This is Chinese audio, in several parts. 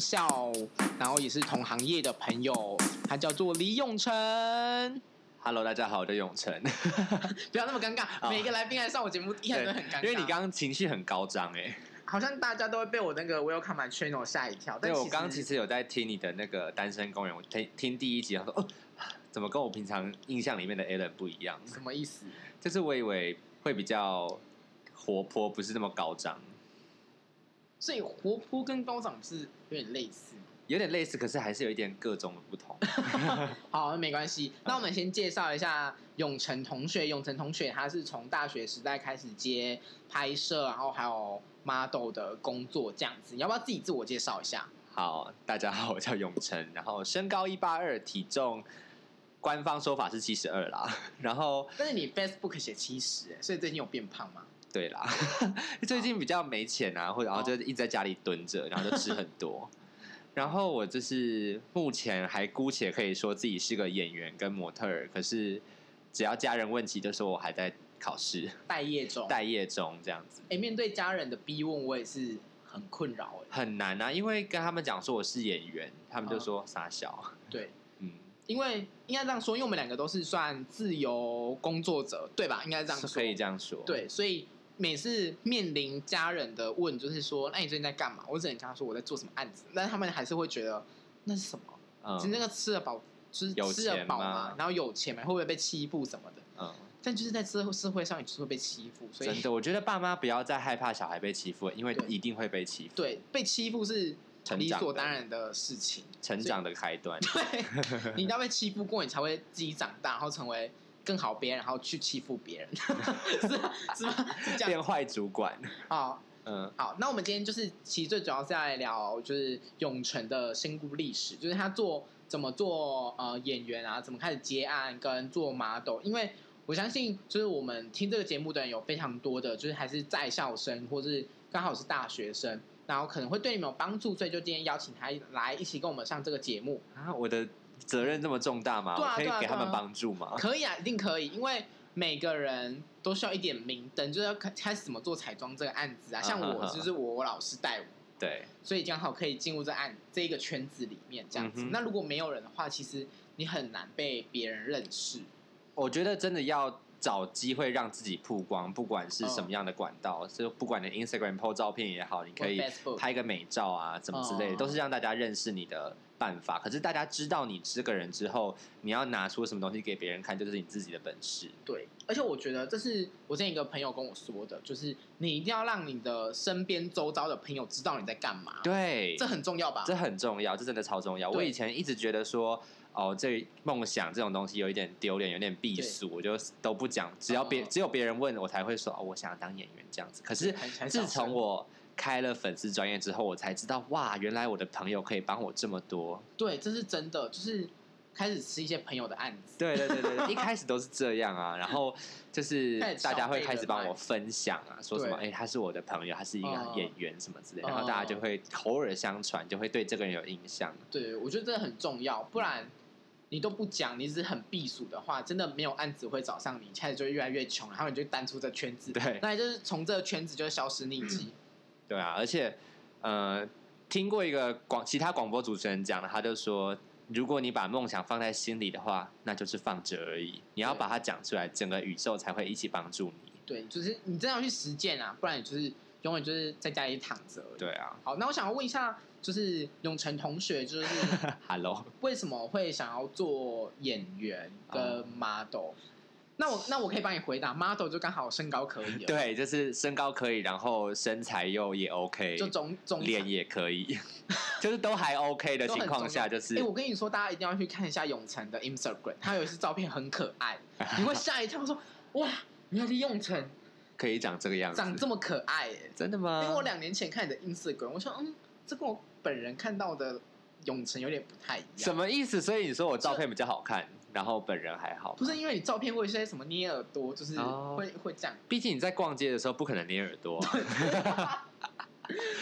校，然后也是同行业的朋友，他叫做李永成。 Hello，大家好，我叫永成。不要那么尴尬，啊哦每一个来宾来上我节目，一开始都很尴尬。因为你刚刚情绪很高涨哎、好像大家都会被我那个 Welcome my channel 吓一跳，对但我刚刚其其实实有在听你的那个《单身公园》，我听听第一集，他说哦，怎么跟我平常印象里面的 Alan 不一样？什么意思？就是我以为会比较活泼，不是那么高涨，所以活泼跟高涨是有点类似。有点类似，可是还是有一点各种的 不同。好，没关系。那我们先介绍一下永成同学。永成同学他是从大学时代开始接拍摄，然后还有 model 的工作这样子。你要不要自己自我介绍一下？好，大家好，我叫永成，然后身高一八二，体重官方说法是七十二啦，然后但是你 Facebook 写七十，所以最近有变胖吗？对 啦，最近比较没钱啊，或者然后就哦一直在家里蹲着，然后就吃很 多。然后我就是目前还姑且可以说自己是个演员跟模特儿，可是只要家人问起，就说我还在考试待业中。哎、待业中这样子，面对家人的逼问，我也是很困扰哎、很难啊。因为跟他们讲说我是演员，他嗯们就说傻小，对，嗯，因为应该这样说，因为我们两个都是算自由工作者，对吧？应该这样是说。可以这样说，，对，所以每次面临家人的问，就是说，那你最近在干嘛？我只能跟他说我在做什么案子，但是他们还是会觉得那是什么？嗯只是那个吃得饱，就是有吃得钱饱吗嘛，然后有钱嘛，会不会被欺负什么的？嗯，但就是在社会社会上，你就是会被欺负，所真以的，我觉得爸妈不要再害怕小孩被欺负，因为对一定会被欺负，对被欺负是成理长所的当然的事情。成长的开端。对，你一定要被欺负过，你才会自己长大，然后成为更好别人，然后去欺负别人， 是吗？是吗？是这样变坏主管，好，嗯，好，那我们今天就是其实最主要是在聊就是永成的身故历史，就是他做怎么做呃演员啊，怎么开始接案跟做 model，因为我相信就是我们听这个节目的人有非常多的就是还是在校生或是刚好是大学生，然后可能会对你们有帮助，所以就今天邀请他来一起跟我们上这个节目，啊，我的责任这么重大吗？对啊我可对啊以给他对们啊帮助吗？可以啊，一定可以，因为每个人都需要一点明灯，就是要开开始怎么做彩妆这个案子啊，像我就是我我老师带我。对，所以刚好可以进入这案这一个圈子里面这样子。嗯哼那如果没有人的话，其实你很难被别人认识。我觉得真的要找机会让自己曝光，不管嗯是什么样的管道，就不管你 Instagram po 照片也好，你可以或 Facebook 拍个美照啊，怎么之类的，哦都是让大家认识你的办法。可是大家知道你这个人之后，你要拿出什么东西给别人看，就是你自己的本事。对，而且我觉得这是我之前一个朋友跟我说的，就是你一定要让你的身边周遭的朋友知道你在干嘛，对，这很重要吧？这很嗯重要，这真的超重要。对我以前一直觉得说，哦，这梦想这种东西有一点丢脸，有点避俗，我就都不讲。只要别、嗯只有别人问我才会说，哦，我想要当演员这样子。可是很很少自从我开了粉丝专业之后，我才知道，哇，原来我的朋友可以帮我这么多。对，这是真的，就是开始吃一些朋友的案子。对对对对，对 一开始都是这样啊，然后就是开始消大费家会开始帮人脉我分享啊，说什么对哎，他是我的朋友，他是一个嗯演员什么之类的，嗯然后大家就会口耳相传，就会对这个人有印象。对，我觉得这很重要，不然。你都不讲，你只是很避暑的话，真的没有案子会找上你，开始就会越来越穷，然后你就淡出这圈子，对那也就是从这个圈子就会消失匿迹。对啊，而且呃，听过一个广其他广播主持人讲的，他就说，如果你把梦想放在心里的话，那就是放着而已。你要对把它讲出来，整个宇宙才会一起帮助你。对，就是你真的要去实践啊，不然你就是永远就是在家里躺着而已。，对啊好，那我想要问一下，就是永成同学，就是 ，Hello，为什么会想要做演员跟哦 model？、那我那我可以帮你回答，model 就刚好身高可以了，，对，就是身高可以，然后身材又也 OK，就中中脸也可以， 就是都还 OK 的都很情况下，重要就是哎、我跟你说，大家一定要去看一下永成的 Instagram，他有一次照片很可 爱，你会吓一跳说，哇，原来是永成可以长这个样子。长这么可爱、哎。真的吗？因为我两年前看你的 Instagram，我想，嗯，这跟我本人看到的永成有点不太一什样。么意思？所以你说我照片比较好看，然后本人还好吗？不是因为你照片会有一些什么捏耳朵，就是会、哦会这样。毕竟你在逛街的时候不可能捏耳朵、啊，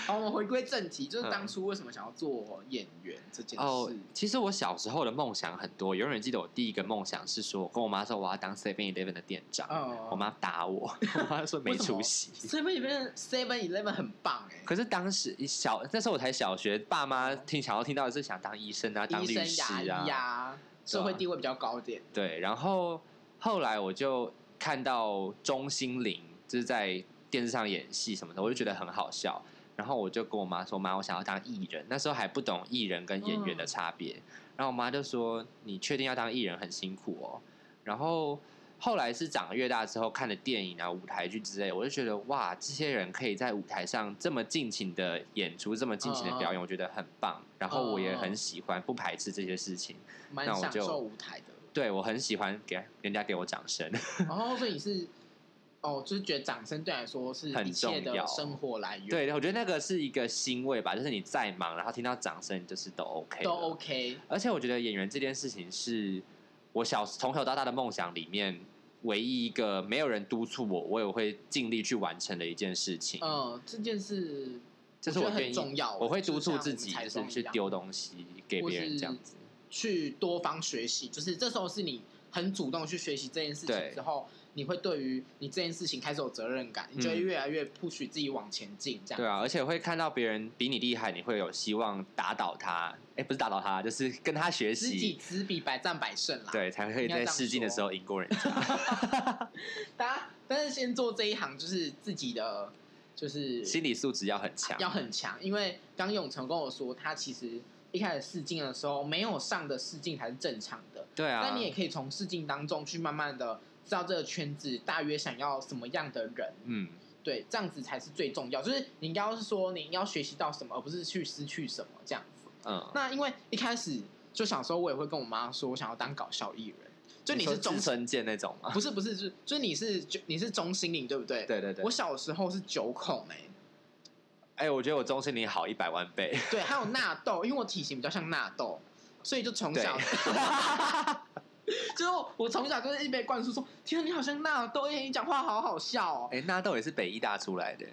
好，我们回归正题，就是当初为什么想要做演员这件事？嗯哦，其实我小时候的梦想很多，有人记得我第一个梦想是说，我跟我妈说我要当 Seven Eleven 的店长，嗯我妈打我， 我妈说没出息。 Seven Eleven Seven Eleven 很棒哎、可是当时一小那时候我才小学，爸妈听想要听到的是想当医生啊，当医律生、牙师医啊，啊，社会地位比较高点。对。然后后来我就看到钟欣凌就是在电视上演戏什么的，我就觉得很好笑。然后我就跟我妈说：“妈，我想要当艺人。”那时候还不懂艺人跟演员的差别。然后我妈就说：“你确定要当艺人很辛苦哦。”然后后来是长越大之后看的电影啊、舞台剧之类，我就觉得哇，这些人可以在舞台上这么尽情的演出，这么尽情的表演，我觉得很棒。然后我也很喜欢，不排斥这些事情。蛮享受舞台的。对我很喜欢给人家给我掌声。 然后所以你是哦，就是觉得掌声对你来说是很一切重要的生活来源，，对，我觉得那个是一个欣慰吧，就是你再忙，然后听到掌声，就是都 OK，都了 OK。而且我觉得演员这件事情是我小从小到大的梦想里面唯一一个没有人督促我，我也会尽力去完成的一件事情。嗯，这件事这是我觉得愿很意，重要，我会督就促像自己我们台就是中去一样丢东西给别或人是这样子。去多方学习，就是这时候是你很主动去学习这件事对情之后，你会对于你这件事情开始有责任感，你就会嗯越来越 push 自己往前进，这样。对啊，而且会看到别人比你厉害，你会有希望打倒他，哎，不是打倒他，就是跟他学知己习，知彼，百战百胜啦。，对，才会应该这在样试镜的说时候赢过人家。大家但是先做这一行，就是自己的就是心理素质要很强，要很强，因为刚永成跟我说，他其实一开始试镜的时候没有上的试镜才是正常的，对啊，但你也可以从试镜当中去慢慢的知道这个圈子大约想要什么样的人，嗯，对，这样子才是最重要。就是你应该要是说你要学习到什么，而不是去失去什么这样子。嗯，那因为一开始就小时候我也会跟我妈说，我想要当搞笑艺人，就你是说中志村健那种吗？不是不是，就就你是就你是中心领对不 对？对对对我，小时候是九孔哎、哎，我觉得我钟心凌好一百万倍。 对，还有纳豆，因为我体型比较像纳豆，所以就从小， 就是我我从小就是一直被灌输说，天啊，你好像纳豆，而且你讲话好好笑哦，哎、纳豆也是北艺大出来的，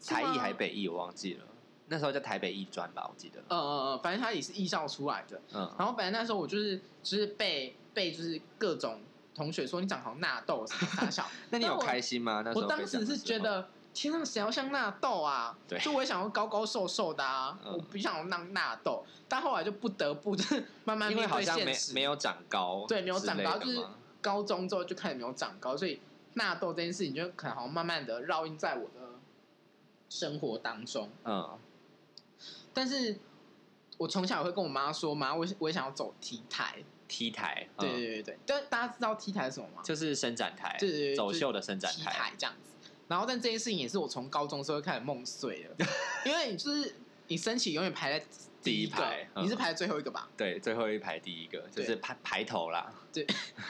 是吗台艺还北艺，我忘记了，那时候叫台北艺专吧，我记得。呃呃呃，反正他也是艺校出来的，嗯，然后反正那时候我就是就是被被就是各种同学说你长好像纳豆什么大小， 那你有但我开心吗？那时我候当被讲时的是觉候，得，天啊，谁要像纳豆啊？对就我也想要高高瘦瘦的啊，嗯我不想要当纳豆。但后来就不得不就是慢慢因为面好对像没现实，没有长高，对没有长高，就是高中之后就开始没有长高，所以纳豆这件事情就可能好像慢慢的烙印在我的生活当中。嗯，但是我从小也会跟我妈说，妈，我我也想要走 T 台。 T 台，嗯对对对对，但大家知道 T 台是什么吗？就是伸展台，对对对走就是秀的伸展题材，这样子。然后，但这件事情也是我从高中时候就开始梦碎 了，因为你就是你升旗永远排在第一一个排嗯你是排最后一个吧？对，最后一排第一个就是对排排头啦，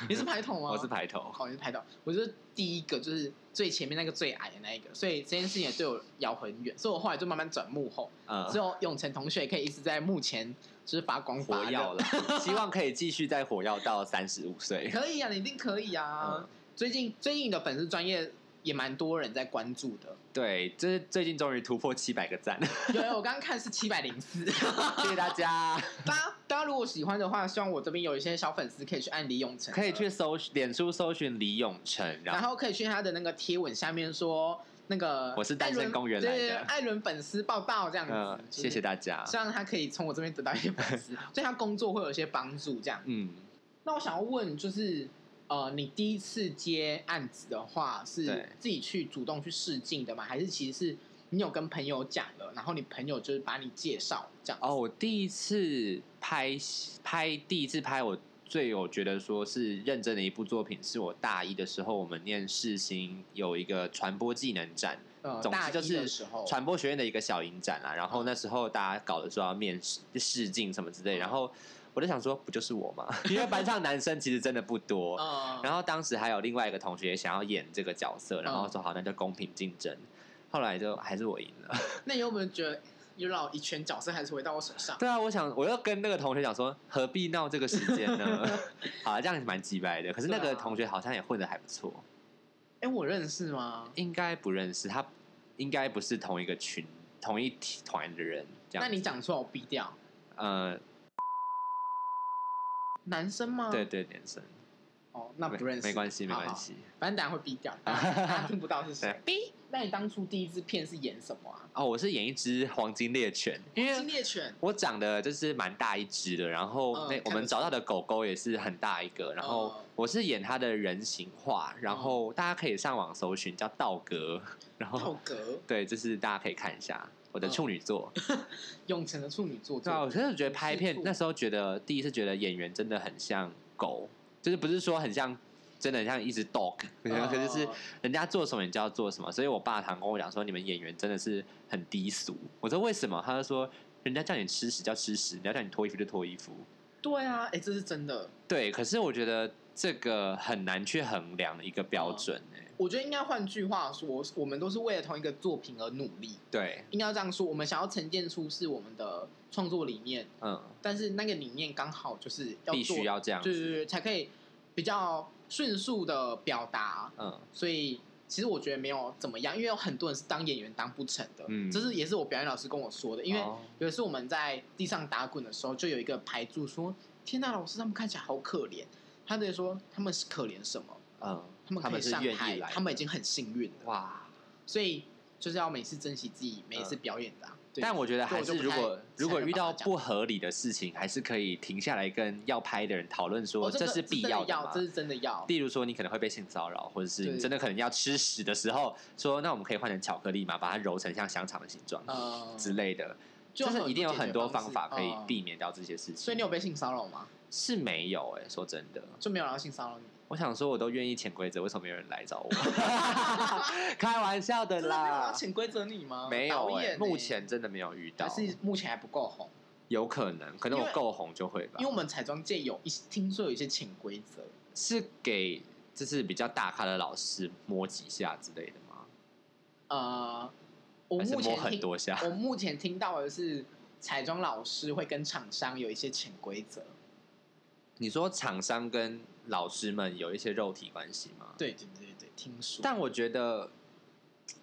你是排头吗？ 我是排头，好，你是排头，我就是第一个，就是最前面那个最矮的那一个，所以这件事情也对我摇很远，所以我后来就慢慢转幕后，只嗯，有永成同学可以一直在幕前就是发光火发药热，啦， 希望可以继续再火药到三十五岁。可以啊，你一定可以啊！嗯最近最近你的粉丝专业也蛮多人在关注的， 对，这最近终于突破七百个赞，有有，我刚刚看是七百零四。 谢谢大家。大家大家如果喜欢的话，希望我这边有一些小粉丝可以去按李永成，可以去，搜脸书搜寻李永成，然然后后可以去他的那个贴文下面说那个我是单身艾伦公园来的对艾伦粉丝报道这样子，嗯，谢谢大大家家，。希望他可以从我这边得到一些粉 丝，对他工作会有一些帮助这样。嗯，那我想要问就是。呃，你第一次接案子的话，是对自己去主动去试镜的吗？还是其实是你有跟朋友讲了，然后你朋友就是把你介绍这样？哦，我第一次拍戏拍第一次拍，我最有觉得说是认真的一部作品，是我大一的时候，我们念世新有一个传播技能展，呃，总大之一就的是时候，传播学院的一个小影展啦。然后那时候大家搞的说要面试试镜什么之类，然后我就想说，不就是我吗？ 因为班上男生其实真的不多，呃，然后当时还有另外一个同学也想要演这个角色，然后嗯说好，那就公平竞争。后来就还是我赢 了。那你有没有觉得又绕一圈，角色还是回到我手上？对啊，我想我要跟那个同学讲说，何必闹这个时间 呢？好啊，这样也蛮鸡掰的。可是那对个啊同学好像也混的还不错，哎、我认识吗？应该不认识他，应该不是同一个群同一团的人，这那样。你讲出来我毙掉。呃，男生吗？对，对，连生，哦，那不认识，没没关系，没好关，系。好反正等下会毙掉，大家大家听不到是谁。哔，那你当初第一支片是演什么啊？哦，我是演一只黄金猎犬，因金为猎犬，我长得就是蛮大一只的，然后嗯那看我得们找出到的狗狗也是很大一个，然后嗯我是演它的人形化，然后大家可以上网搜寻叫道格，然道后格， 对，就是大家可以看一下我的嗯处女座。 永城的处女座。对啊，我真的觉得拍吃片醋那时候觉得第一次觉得演员真的很像狗，就是不是说很像真的很像一只 dog，、嗯 可是是人家做什么你就要做什么。所以我爸常跟我讲说，你们演员真的是很低俗。我说为什么？他就说人家叫你吃屎叫吃屎，人家叫你脱衣服就脱衣服。对啊，哎，这是真的。对，可是我觉得这个很难去衡量的一个标准、欸我觉得应该换句话说，我们都是为了同一个作品而努力。对，应该要这样说，我们想要呈现出是我们的创作理念，嗯，但是那个理念刚好就是要必做须要这样对对子，对，才可以比较迅速的表达。嗯，所以其实我觉得没有怎么样，因为有很多人是当演员当不成的，嗯这是也是我表演老师跟我说的。因为哦有一次我们在地上打滚的时候，就有一个排柱说：“天呐，老师他们看起来好可怜。”他就说：“他们是可怜什么？嗯，他们他可以们是上愿台意来，他们已经很幸运了。哇。”所以就是要每次珍惜自己每嗯一次表演的啊、对但我觉得还是，所以我就如不太果如果才能遇到把它讲不合理的事情，还是可以停下来跟要拍的人讨论说，哦这个是必这要真的要，嘛这。是真的要。例如说，你可能会被性骚扰，或者是对你真的可能要吃屎的时候，说那我们可以换成巧克力嘛，把它揉成像香肠的形状呃，之类的，就就是一定有解决很多方方式法可以嗯避免掉这些事情。所以你有被性骚扰吗？是没有哎、说真的，就没有人要性骚扰你？我想说我都愿意潜规则，为什么没有人来找我？ 开玩笑的真的没有人要啦，潜规则你吗？没有导哎、演欸目前真的没有遇到还，是目前还不够红，有可能，可能因我为够红就会吧，因为我们彩妆界有一些听说有一些潜规则，是给就是比较大咖的老师摸几下之类的吗？呃，我还是目摸前很听多下？我目前听到的是彩妆老师会跟厂商有一些潜规则，你说厂商跟老师们有一些肉体关系吗？。对对对对，听说，但我觉得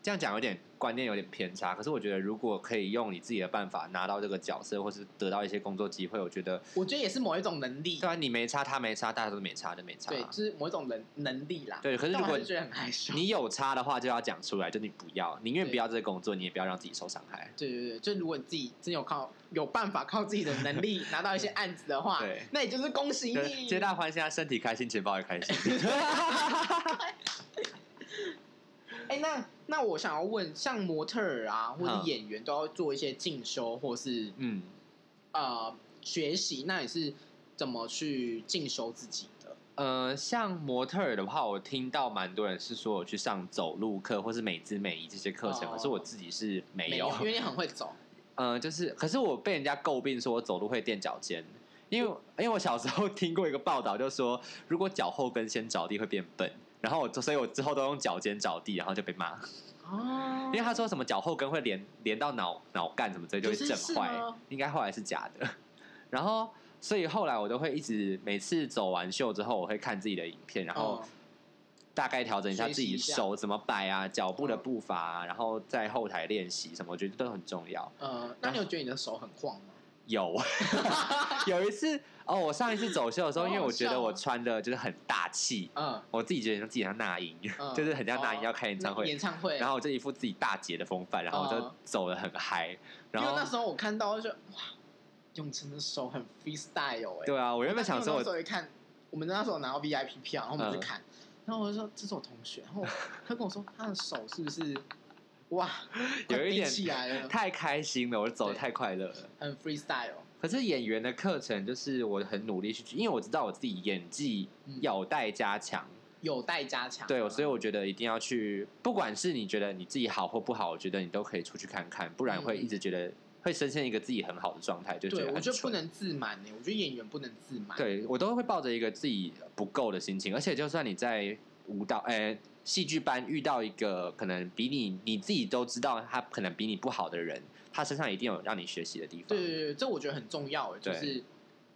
这样讲有点观念有点偏差，可是我觉得如果可以用你自己的办法拿到这个角色，或是得到一些工作机会，我觉得我觉得也是某一种能力虽，然你没差，他没差，大家都没差就没差。对，就是某一种能能力啦。对可是但我如果还觉得很害羞，你有差的话就要讲出来，就你不要，宁愿对不要这个工作，你也不要让自己受伤害。对对对，就如果你自己真有靠有办法靠自己的能力拿到一些案子的话对，那也就是恭喜对你。皆大欢喜，啊，身体开心，钱包也开心。 哎、那那我想要问，像模特儿啊，或者嗯演员都要做一些进修或是嗯，呃学习，那你是怎么去进修自己的？呃，像模特儿的话，我听到蛮多人是说我去上走路课或是美姿美仪这些课程，哦可是我自己是没有。有，因为你很会走。 呃，就是，可是我被人家诟病说我走路会垫脚尖，因为因为我小时候 听过一个报道，就说如果脚后跟先着地会变笨。然后我就，所以我之后都用脚尖着地，然后就被骂，哦，因为他说什么脚后跟会连连到脑脑干什么之类，就会有这震事坏吗。应该后来是假的。 然后，所以后来我都会一直每次走完秀之后，我会看自己的影片，然后哦大概调整一下自己学习一下嗯手怎么摆啊，脚步的步伐、啊，然后在后台练习什么，我觉得都很重要。呃，那你有觉得你的手很晃吗？ 有有一次哦，我上一次走秀的时候，好好因为我觉笑得哦我穿的就是很大气，嗯我自己觉得自己像那英，嗯， 就是很像那英要开演唱哦那会，演唱会。然后我就一副自己大姐的风范，然后我就嗯走的很嗨，然因为后那时候我看到就哇，永成的手很 freestyle 哎、对啊，我原本想说因为那我嗯时候一看，我们那时候拿到 VIP 票，然后我们去看，然后我就说这是我同学，然后他跟我说他的手是不是哇，有一快比点起来了，太开心了，我走的对太快乐了。很 freestyle，可是演员的课程就是我很努力去，因为我知道我自己演技嗯有待加强，有待加强。啊对，所以我觉得一定要去，不管是你觉得你自己好或不好，我觉得你都可以出去看看，不然会一直觉得会深陷一个自己很好的状态，就觉嗯对得我很觉得不蠢。能自满哎、我觉得演员不能自满。，对我都会抱着一个自己不够的心情，而且就算你在舞蹈呃戏剧班遇到一个可能比你你自己都知道他可能比你不好的人，他身上一定有让你学习的地方。对对对，这我觉得很重要哎、就对是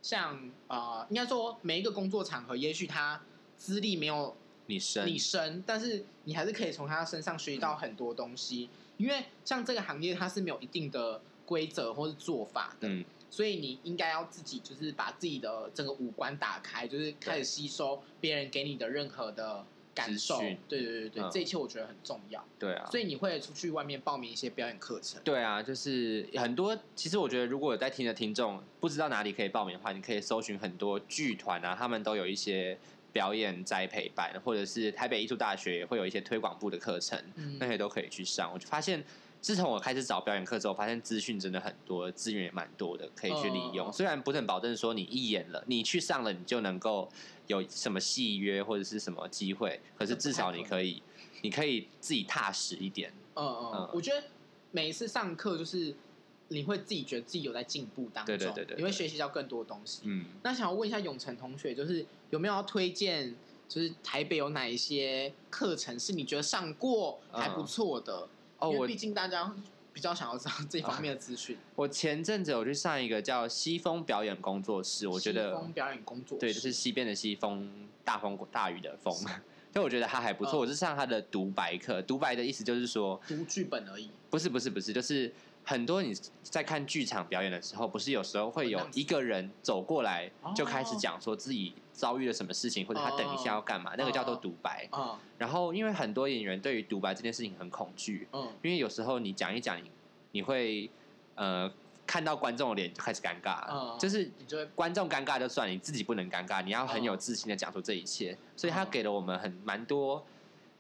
像啊、呃应该说每一个工作场合，也许他资历没有你生你生，但是你还是可以从他身上学习嗯到很多东西，因为像这个行业它是没有一定的规则或是做法的，嗯所以你应该要自己就是把自己的整个五官打开，就是开始吸收别人给你的任何的感受。资对讯对对对，嗯这一切我觉得很重要。对啊，所以你会出去外面报名一些表演课程。对啊，就是很多。其实我觉得，如果有在听的听众不知道哪里可以报名的话，你可以搜寻很多剧团啊，他们都有一些表演栽培班，或者是台北艺术大学也会有一些推广部的课程，嗯那些都可以去上。我就发现，自从我开始找表演课之后，发现资讯真的很多，资源也蛮多的，可以去利用。嗯虽然不能保证说你一演了，你去上了，你就能够有什么戏约或者是什么机会，可是至少你可以，你可以自己踏实一点。嗯嗯，嗯嗯我觉得每一次上课就是你会自己觉得自己有在进步当中，对对对对对你会学习到更多东西。嗯。那想要问一下永成同学，就是有没有要推荐，就是台北有哪一些课程是你觉得上过嗯还不错的？哦，因为我啊毕竟大家比较想要知道这方面的资讯。我前阵子我去上一个叫西风表演工作室，我觉西得风表演工作室对，就是西边的西风，大风大雨的风， 但我觉得他还不错。嗯我是上他的独白课，独白的意思就是说，读剧本而已。不是不是不是，就是很多你在看剧场表演的时候，不是有时候会有哦一个人走过来哦就开始讲说自己遭遇了什么事情，或者他等一下要干嘛，那个叫做独白。嗯然后因为很多演员对于独白这件事情很恐惧，嗯因为有时候你讲一讲，你你会呃看到观众的脸就开始尴尬，嗯就是你就会观众尴尬就算，你自己不能尴尬，你要嗯很有自信的讲出这一切。所以他给了我们很蛮多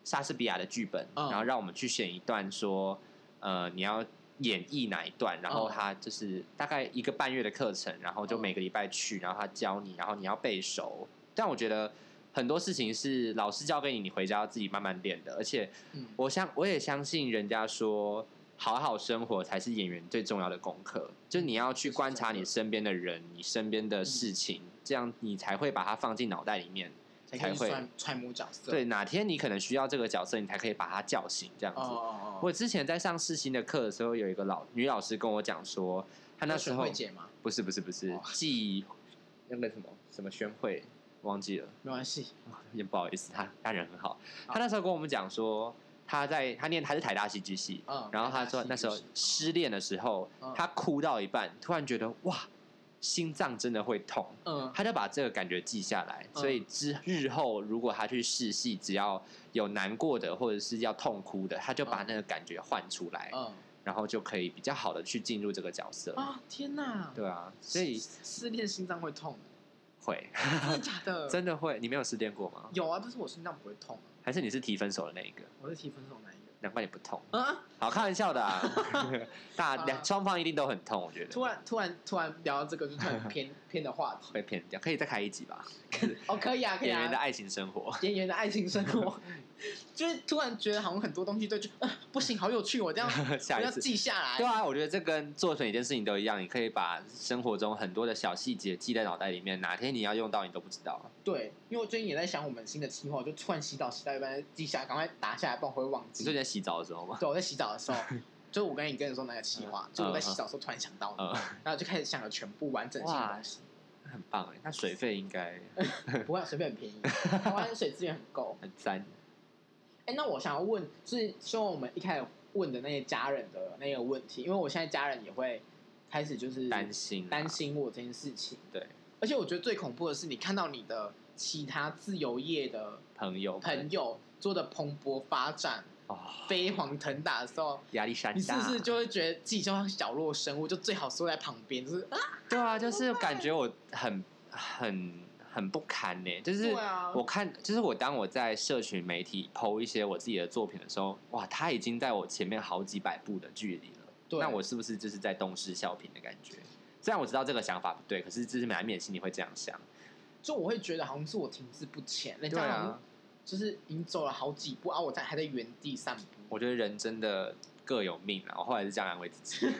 莎士比亚的剧本，嗯然后让我们去选一段说，呃，你要演绎哪一段，然后嗯他就是大概一个半月的课程，然后就嗯每个礼拜去，然后他教你，然后你要背熟。但我觉得。很多事情是老师教给你，你回家要自己慢慢练的。而且嗯我相我也相信人家说，好好生活才是演员最重要的功课。嗯就是你要去观察你身边的嗯人，你身边的事情，这样你才会把它放进脑袋里面。才可以才会揣揣摩角色。对，哪天你可能需要这个角色，你才可以把它叫醒。这样哦，子。哦哦哦，我之前在上世新的课的时候，有一个老女老师跟我讲说，她那时候慧姐吗？不是不是不是哦记那个什么什么宣会忘记了。 没关系，也不好意思，他他人很好。他那时候跟我们讲说，他在他念他是台大戏剧系，嗯然后他说台大那戏剧时候系失恋的时候，嗯他哭到一半，突然觉得哇，心脏真的会痛，嗯他就把这个感觉记下来。嗯所以之日后如果他去试戏，只要有难过的或者是要痛哭的，他就把嗯那个感觉换出来，嗯然后就可以比较好的去进入这个角色。啊，天哪！对啊，所以失失恋心脏会痛，会真的假的？ 真的会。你没有失恋过吗？有啊，但是我心脏不会痛啊，还是你是提分手的那一个？我是提分手那一个。难怪你不痛。啊！好，开玩笑 的、啊，大两啊双方一定都很痛，我觉得突然突然突然聊到这个，就突然 偏偏的话题。会骗掉，可以再开一 集吧？哦，可以啊，可以演员的啊。爱情生活，演员的爱情生 活， 就是突然觉得好像很多东西都就、呃、不行，好有趣，我这 样下我一要次。记下来。对啊，我觉得这跟做每件事情都一样，你可以把生活中很多的小细节记在脑袋里面，哪天你要用到你都不知道。对，因为我最近也在想我们新的计划，我就突然洗澡洗到一半记下来，赶快打下来，不然我会忘你记说。你在洗澡的时 候吗？对，我在洗澡的 时候，就是我跟你跟你说那个计划，嗯就我在洗澡的时候突然想到的，呃，然后就开始想了全部完整性的东西。很棒哎，那水费应该不会，水费很 便宜，台湾水资源很够。很啊赞。哎、那我想要问，就是说我们一开始问的那些家人的那个问题，因为我现在家人也会开始就是担心啊担心我这件事情。对，而且我觉得最恐怖的是，你看到你的其他自由业的朋友朋友做的蓬勃发展、哦，飞黄腾达的时候，压力山大。你是不是就会觉得自己就像角落生物，就最好缩在旁边，就是啊，对啊，就是感觉我很很很不堪呢、欸就是对啊我看，就是我当我在社群媒体剖一些我自己的作品的时候，哇，他已经在我前面好几百步的距离了。对那我是不是就是在东施效颦的感觉？虽然我知道这个想法不对，可是就是难免心里会这样想。就我会觉得好像是我停滞不前，人对家好啊像，就是已经走了好几步啊，我在还在原地散步。我觉得人真的各有命啊。我后来是这样安慰 自己。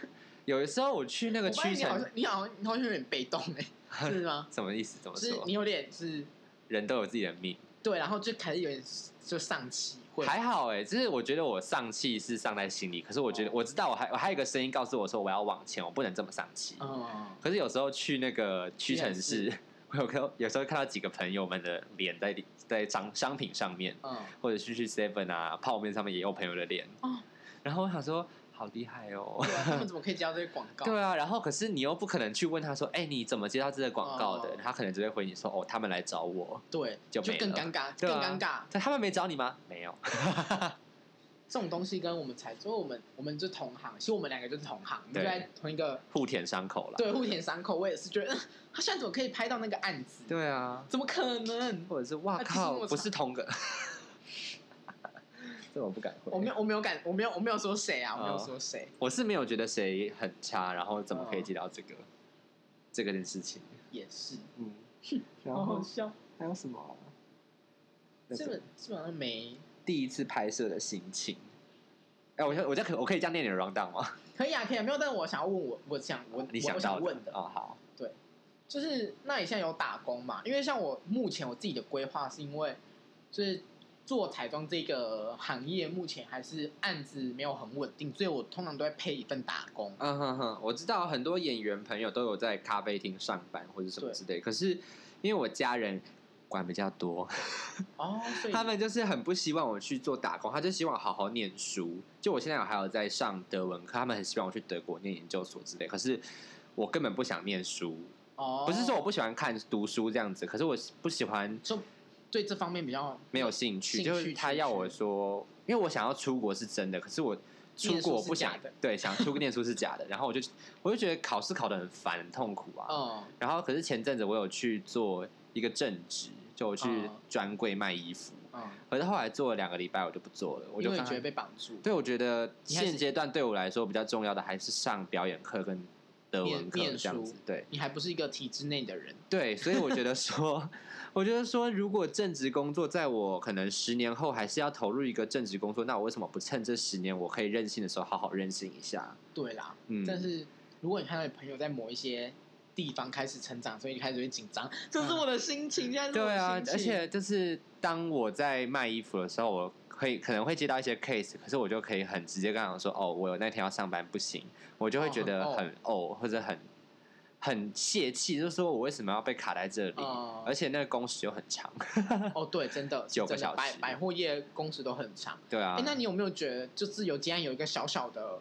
有的时候我去那个我发屈现你好像臣，你好像你好像有点被动 哎、是吗？什么意思？怎么就是说你？有点是人都有自己的命。对，然后就开始有点就丧气，会还好哎、就是我觉得我丧气是丧在心里，可是我觉得哦我知道我还我还有一个声音告诉我说我要往前，我不能这么丧气。嗯，可是有时候去那个屈屈臣臣氏， 我有看，有时候看到几个朋友们的脸在里在商商品上面， 嗯，或者是去 Seven 啊泡面上面也有朋友的脸。哦然后我想说，好厉害哦。对啊他们怎么可以接到这些广告？对啊，然后可是你又不可能去问他说，哎、你怎么接到这个广告的？哦他可能只会回你说，哦，他们来找我。对，就就没了更尴尬，对更尴啊尬。但他们没找你吗？没有。这种东西跟我们才，所以我们我们就同行，其实我们两个就是同行，我们对就在同一个互舔伤口了。对户田伤口。我也是觉得，嗯 他现在怎么可以拍到那个案子？对啊，怎么可能？或者是哇啊其实靠，我不是 同个，这我不敢回。我没有，我没有感，我没有，我没有说谁啊，哦我没有说谁。我是没有觉得谁很差，然后怎么可以接到这个、哦这个件事情。也是，嗯，好好笑。还有什么啊？那基个本基本上没，第一次拍摄的心情。哎、我现在我这样可我可以这样念你的 round down 吗？可以啊，可以啊，没有。但是我想要问我，我想我你我想我到想问的，哦，好，就是那你现在有打工嘛？因为像我目前我自己的规划是因为就是做彩妆这个行业，目前还是案子没有很稳定，所以我通常都会配一份打工。嗯哼哼，我知道很多演员朋友都有在咖啡厅上班或者什么对之类，可是因为我家人管比较多，哦，所以 他们就是很不希望我去做打工，他就希望好好念书。就我现在有还有在上德文课，他们很希望我去德国念研究所之类。可是我根本不想念书，哦，不是说我不喜欢看读书这样子，可是我不喜欢就对这方面比较没有兴趣。兴趣就是他要我兴趣说，因为我想要出国是真的，可是我出国不想念书是假的对想出国念书是假的，然后我就我就觉得考试考得很烦很痛苦啊。嗯然后可是前阵子我有去做一个正职，就我去嗯专柜卖衣服。嗯，可是后来做了两个礼拜，我就不做了，我因就为看觉看得被绑住，对，我觉得你还是现阶段对我来说比较重要的还是上表演课跟德文念课念这样子书。对你还不是一个体制内的人，对，所以我觉得说，我觉得说，如果正职工作在我可能十年后还是要投入一个正职工作，那我为什么不趁这十年我可以任性的时候好好任性一下？对啦。嗯，但是如果你看到你朋友在某一些地方开始成长，所以你开始会紧张，这是我的心情，现在是我嗯对啊的，心而情且就是当我在卖衣服的时候，我可以可能会接到一些 case，可是我就可以很直接跟他讲说，哦，我有那天要上班不行，我就会哦觉很得哦很哦或者很很泄气，就是说我为什么要被卡在这里？哦而且那个工时又很长， 哦，对，真的九个真的小时百百货业工时都很长。对啊哎、，那你有没有觉得，就是有既然有一个小小的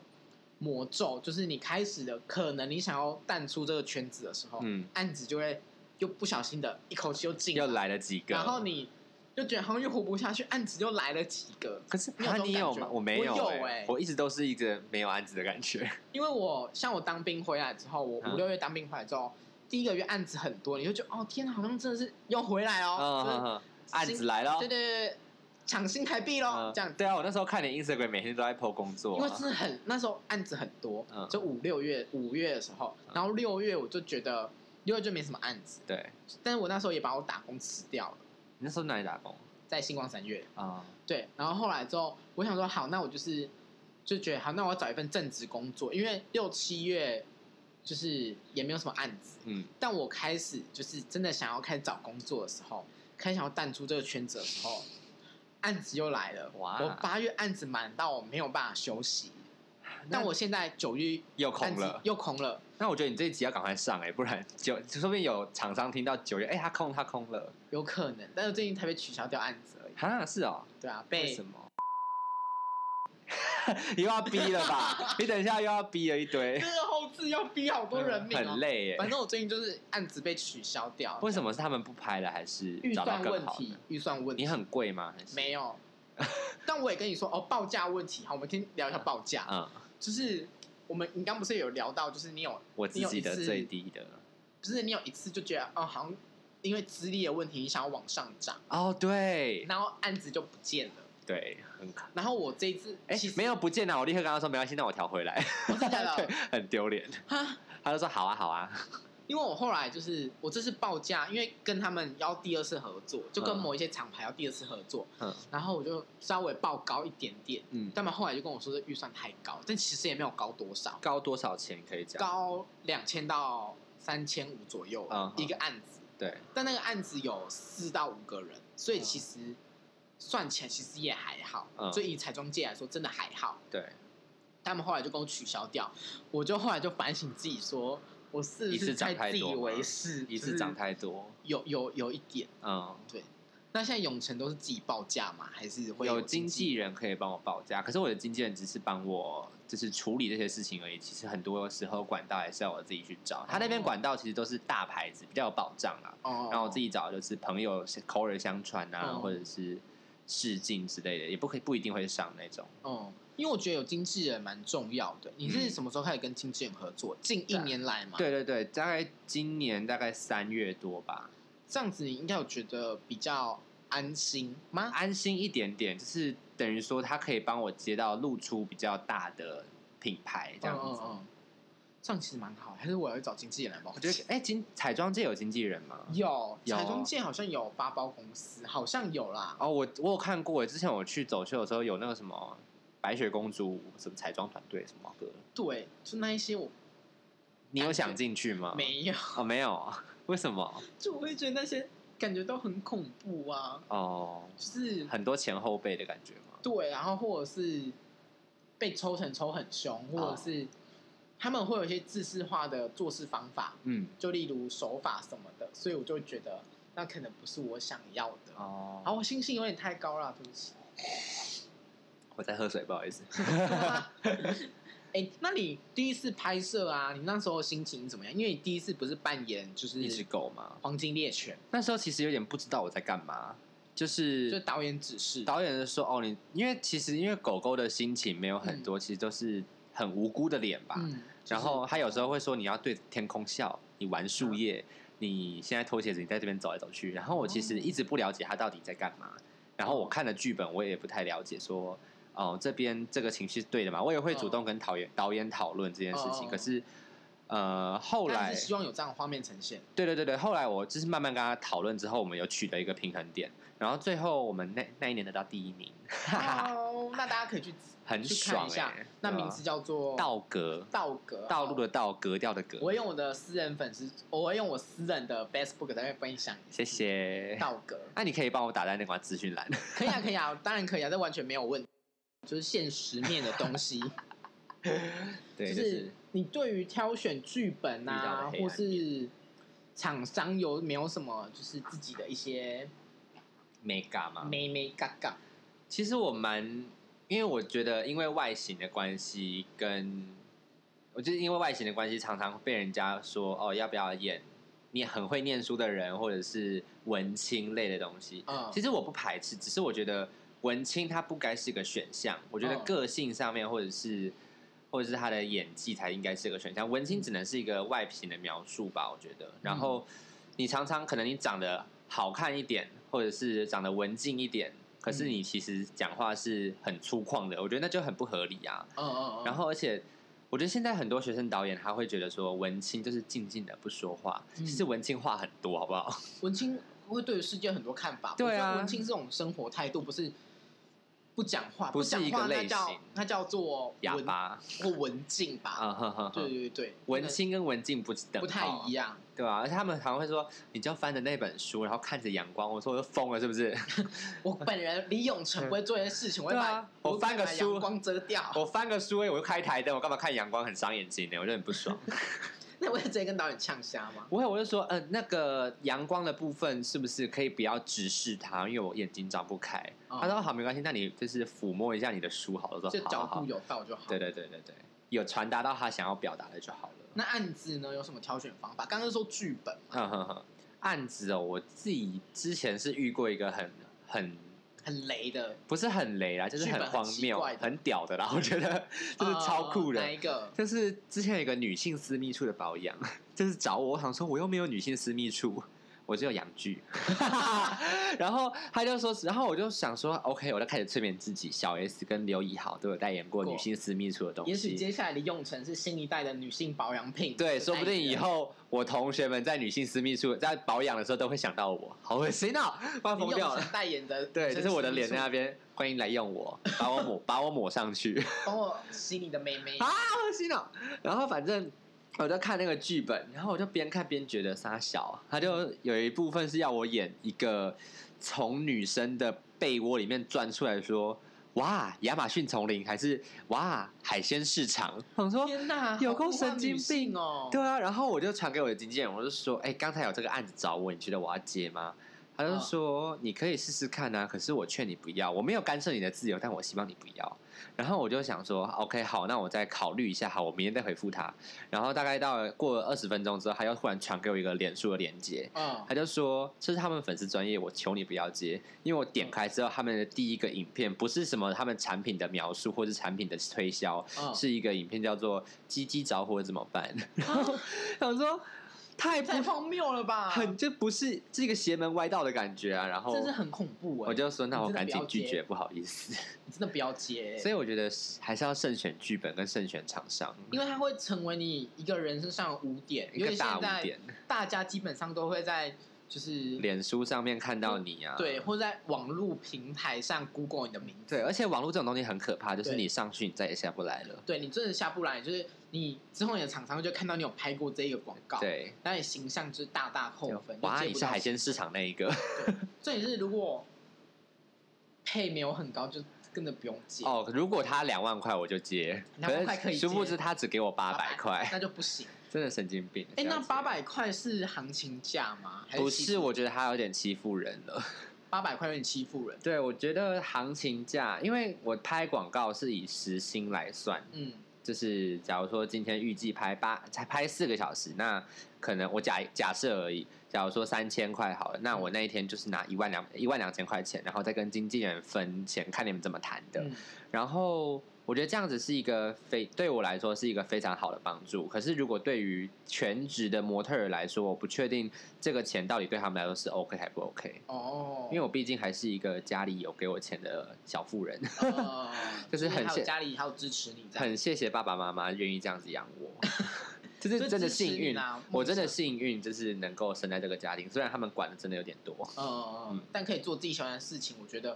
魔咒，就是你开始的可能你想要淡出这个圈子的时候，嗯，案子就会又不小心的一口气又进又来，来了几个，然后你就觉得好像又活不下去，案子又来了几个。可是你有啊这种你有感觉吗？吗我没我有哎欸，我一直都是一个没有案子的感觉，因为我像我当兵回来之后，我嗯五六月当兵回来之后，第一个月案子很多，你就觉得哦天啊，好像真的是又回来嗯 哦，嗯，嗯案新子来了对，对对对，抢新台币喽，嗯这样对啊，我那时候看你 Instagram 每天都在 po 工作因为啊，真的很那时候案子很多，嗯就五六月五月的时候，然后六月我就觉得六月就没什么案子，对，但是我那时候也把我打工辞掉了，你那时候哪里打工在星光三月，啊？对，然后后来之后我想说好，那我就是就觉得好，那我要找一份正职工作，因为六七月就是也没有什么案子，嗯，但我开始就是真的想要开始找工作的时候，开始想要淡出这个圈子的时候，案子又来了，哇我八月案子满到我没有办法休息。那但我现在九月又空案子了。又空了。那我觉得你这一集要赶快上哎、不然九说不定有厂商听到九月，哎、他空他空了，有可能，但是最近才被取消掉案子而已。哈是哦，对啊，为被什么？ 又要逼了吧？你等一下又要逼了一堆这，个后置要逼好 多人命哦很。累哎、反正我最近就是案子被取消掉，为什么是他们不拍了，还是预找到算更问好题的？，预算问你题很贵吗？还是没有。但我也跟你说哦，报价问题，好，我们先聊一下报价。嗯，就是我们你刚不是有聊到，就是你有我自己你有的一次最低的就是你有一次就觉得哦，好像因为资历的问题，你想要往上涨，哦，对然后案子就不见了。对，很可然后我这一次哎、其实没有，不见了，我立刻跟他说没关系，那我调回来，我真的假的对，很丢脸，哈，他就说好啊好啊，因为我后来就是我这次报价，因为跟他们要第二次合作，就跟嗯某一些厂牌要第二次合作，嗯然后我就稍微报高一点点，嗯，他们后来就跟我说这预算太高，但其实也没有高多少，高多少钱可以讲？高两千到三千五左右嗯一个案子，对，但那个案子有四到五个人，所以其实算起来其实也还好，嗯所以以彩妆界来说真的还好。对，他们后来就跟我取消掉，我就后来就反省自己说，我是不一是次长太太自以多吗为是，一就次是涨太多，有有有一点。嗯，那现在永城都是自己报价吗？还是会有经经纪人可以帮我报价，可是我的经纪人只是帮我就是处理这些事情而已。其实很多时候管道还是要我自己去找，他那边哦管道其实都是大牌子，比较有保障啦。哦，然后我自己找就是朋友口耳相传啊，嗯或者是试镜之类的，也不可以不一定会上那种。哦，因为我觉得有经纪人蛮重要的。你是嗯什么时候开始跟经纪人合作？近一对啊年来嘛，，对对对，大概今年大概三月多吧，这样子你应该有觉得比较安心吗？安心一点点，就是等于说他可以帮我接到露出比较大的品牌这样嗯子。嗯嗯这样其实蛮好，还是我要去找经纪人来帮我我觉得，哎，经彩妆界有经纪人吗？有有彩妆界好像有八包公司，好像有啦。哦，我我有看过耶，之前我去走秀的时候有那个什么白雪公主什么彩妆团队什么歌，对，就那一些我你有想进去吗？没有， 哦，没有，为什么？就我会觉得那些感觉都很恐怖啊，哦，就是很多前后辈的感觉吗？对，然后或者是被抽成抽很凶，或者哦是他们会有一些自式化的做事方法，嗯，就例如手法什么的，所以我就会觉得那可能不是我想要的。啊哦，好，我星星有点太高了，对不起。 我在喝水，不好意思。哎、那你第一次拍摄啊，你那时候心情怎么样？因为你第一次不是扮演就是一只狗吗？黄金猎犬，那时候其实有点不知道我在干嘛，就是就导演指示，导演就说：“哦，你因为其实因为狗狗的心情没有很多，其实都是很无辜的脸吧。嗯，然后他有时候会说你要对天空笑，你玩树叶，嗯你现在脱鞋子，你在这边走来走去。然后我其实一直不了解他到底在干嘛。然后我看了剧本，我也不太了解说，哦，这边这个情绪是对的嘛？我也会主嗯动跟导演、导演讨论这件事哦情。可是，呃，后但来是希望有这样的画面呈 现。对对对对，后来我就是慢慢跟他讨论之后，我们有取得一个平衡点，然后最后我们那那一年得到第一名，哦，那大家可以去很去爽看哎、一下，那名字叫做道格，道格道路的道，格调的格。我会用我的私人粉丝，我会用我私人的 Facebook 在那边分享。谢谢。道格，那、你可以帮我打在那个资讯栏，可以啊，可以啊，当然可以啊，这完全没有问题，就是现实面的东西， 对，就就是是你对于挑选剧本遇到啊，的黑暗或面是厂商有没有什么就是自己的一些 mega 嘛。妹妹嘎嘎，其实我蛮，因为我觉得因为外形的关系跟，我就是因为外形的关系，常常被人家说哦，要不要演你很会念书的人，或者是文青类的东西。嗯，其实实我不排斥，只是我觉得文青他不该是个选项。我觉得嗯个性上面，或者是或者是他的演技才应该是个选项。文青嗯只能是一个外形的描述吧，我觉得。然后你常常可能你长得好看一点，或者是长得文静一点，可是嗯你其实讲话是很粗犷的，我觉得那就很不合理啊。嗯嗯嗯，然后而且。我觉得现在很多学生导演他会觉得说文青就是静静的不说话，嗯其实文青话很多，好不好？文青会对于世界有很多看法，对我啊觉得文青这种生活态度不是不讲话，不是讲一个话那类叫型那叫做哑文巴或文静吧，啊，呵呵呵对对对，文青跟文静不那等个不太号啊一，样，对吧、而且他们常会说，你就翻着那本书，然后看着阳光。我说我又疯了，是不 是？ 我本人李永成不会做这些事情，我会对把啊我翻个把书阳光遮掉。我翻个书，哎我又开台灯，我干嘛看阳光？很伤眼睛呢，我就很不爽。 那我会直接跟导演呛瞎吗？不会，我就说，呃，那个阳光的部分是不是可以不要直视它？因为我眼睛张不开。哦他说好，没关系，那你就是抚摸一下你的书好了。就我说好角好度好，有到就好。对对对对对，有传达到他想要表达的就好了。 那案子呢？有什么挑选方法？刚刚说剧本嘛，哼哼哼，案子哦，我自己之前是遇过一个很很很雷的，不是很雷啦，就是剧本很荒奇谬、怪很的嗯屌的啦。我觉得就是超酷的，呃哪一个？就是之前有一个女性私密处的保养，就是找我，我想说我又没有女性私密处，我只有阳具。 然后他就说，然后我就想说，OK，我就开始催眠自己，小 S 跟刘以豪都有代言过过女性私密处的东西。也许接下来的用成是新一代的女性保养品。对，就说不定代言以后我同学们在女性私密处在保养的时候都会想到我，好恶心啊！快李疯永掉成了。代言的， 对，就是我的脸在那，边，欢迎来用我，把我抹，把我抹上去。帮我洗你的妹妹。啊，好恶心哦。然后反正呃我在看那个剧本，然后我就边看边觉得傻小。他就有一部分是要我演一个从女生的被窝里面钻出来说。哇亚马逊丛林，还是哇海鲜市场？我想说天哪，有好够物化神经女性病哦！对啊，然后我就传给我的经纪人，我就说，哎、刚才有这个案子找我，你觉得我要接吗？他就嗯说、你可以试试看啊，可是我劝你不要，我没有干涉你的自由，但我希望你不要。然后我就想说，OK，好，那我再考虑一下，好，我明天再回复他。然后大概到了过了二十分钟之后，他又忽然传给我一个脸书的链接，嗯，他就说这是他们粉丝专业，我求你不要接，因为我点开之后，他们的第一个影片不是什么他们产品的描述或是产品的推销，嗯是一个影片叫做“鸡鸡着火怎么办”，然后 想说太不啊太荒谬了吧？很这不是这个邪门歪道的感觉啊，然后真是很恐怖哎！我就说那我你真的赶紧不要接拒绝，不好意思，你真的不要接，所以我觉得是还是要慎选剧本跟慎选厂商，因为它会成为你一个人身上的污点，一因为个大现五在点，大家基本上都会在就是脸书上面看到你啊，对，或者在网络平台上 Google 你的名字，对，而且网络这种东西很可怕，就是对你上去你再也下不来了。对你真的下不来，就是你之后你的厂商就看到你有拍过这一个广告，，对，那你形象就是大大扣分。就哇，接不你是到海鲜市场那一 个重点是如果配没有很高，就根本不用接，哦。如果他两万块我就接，两万块可以是殊不接知他只给我八百块，那就不行。 真的神经病。哎，哎这那样子八百块是行情价吗？还不是是？我觉得他有点欺负人了。 八百块有点欺负人。对，我觉得行情价，因为我拍广告是以时薪来算，嗯，就是假如说今天预计拍八才拍四个小时，那可能我假假设而已。假如说三千块好了，那我那一天就是拿一万两一万两千块钱，然后再跟经纪人分钱，看你们怎么谈的。嗯然后我觉得这样子是一个非对我来说是一个非常好的帮助。可是如果对于全职的模特儿来说，我不确定这个钱到底对他们来说是 OK 还不 OK，哦，因为我毕竟还是一个家里有给我钱的小富人， 呃就是很还有现家里还有支持你这样，很谢谢爸爸妈妈愿意这样子养 我。就是所以真的支持幸运你啦，我真的梦想幸运，就是能够生在这个家庭。虽然他们管的真的有点多，呃嗯，但可以做自己喜欢的事情，我觉得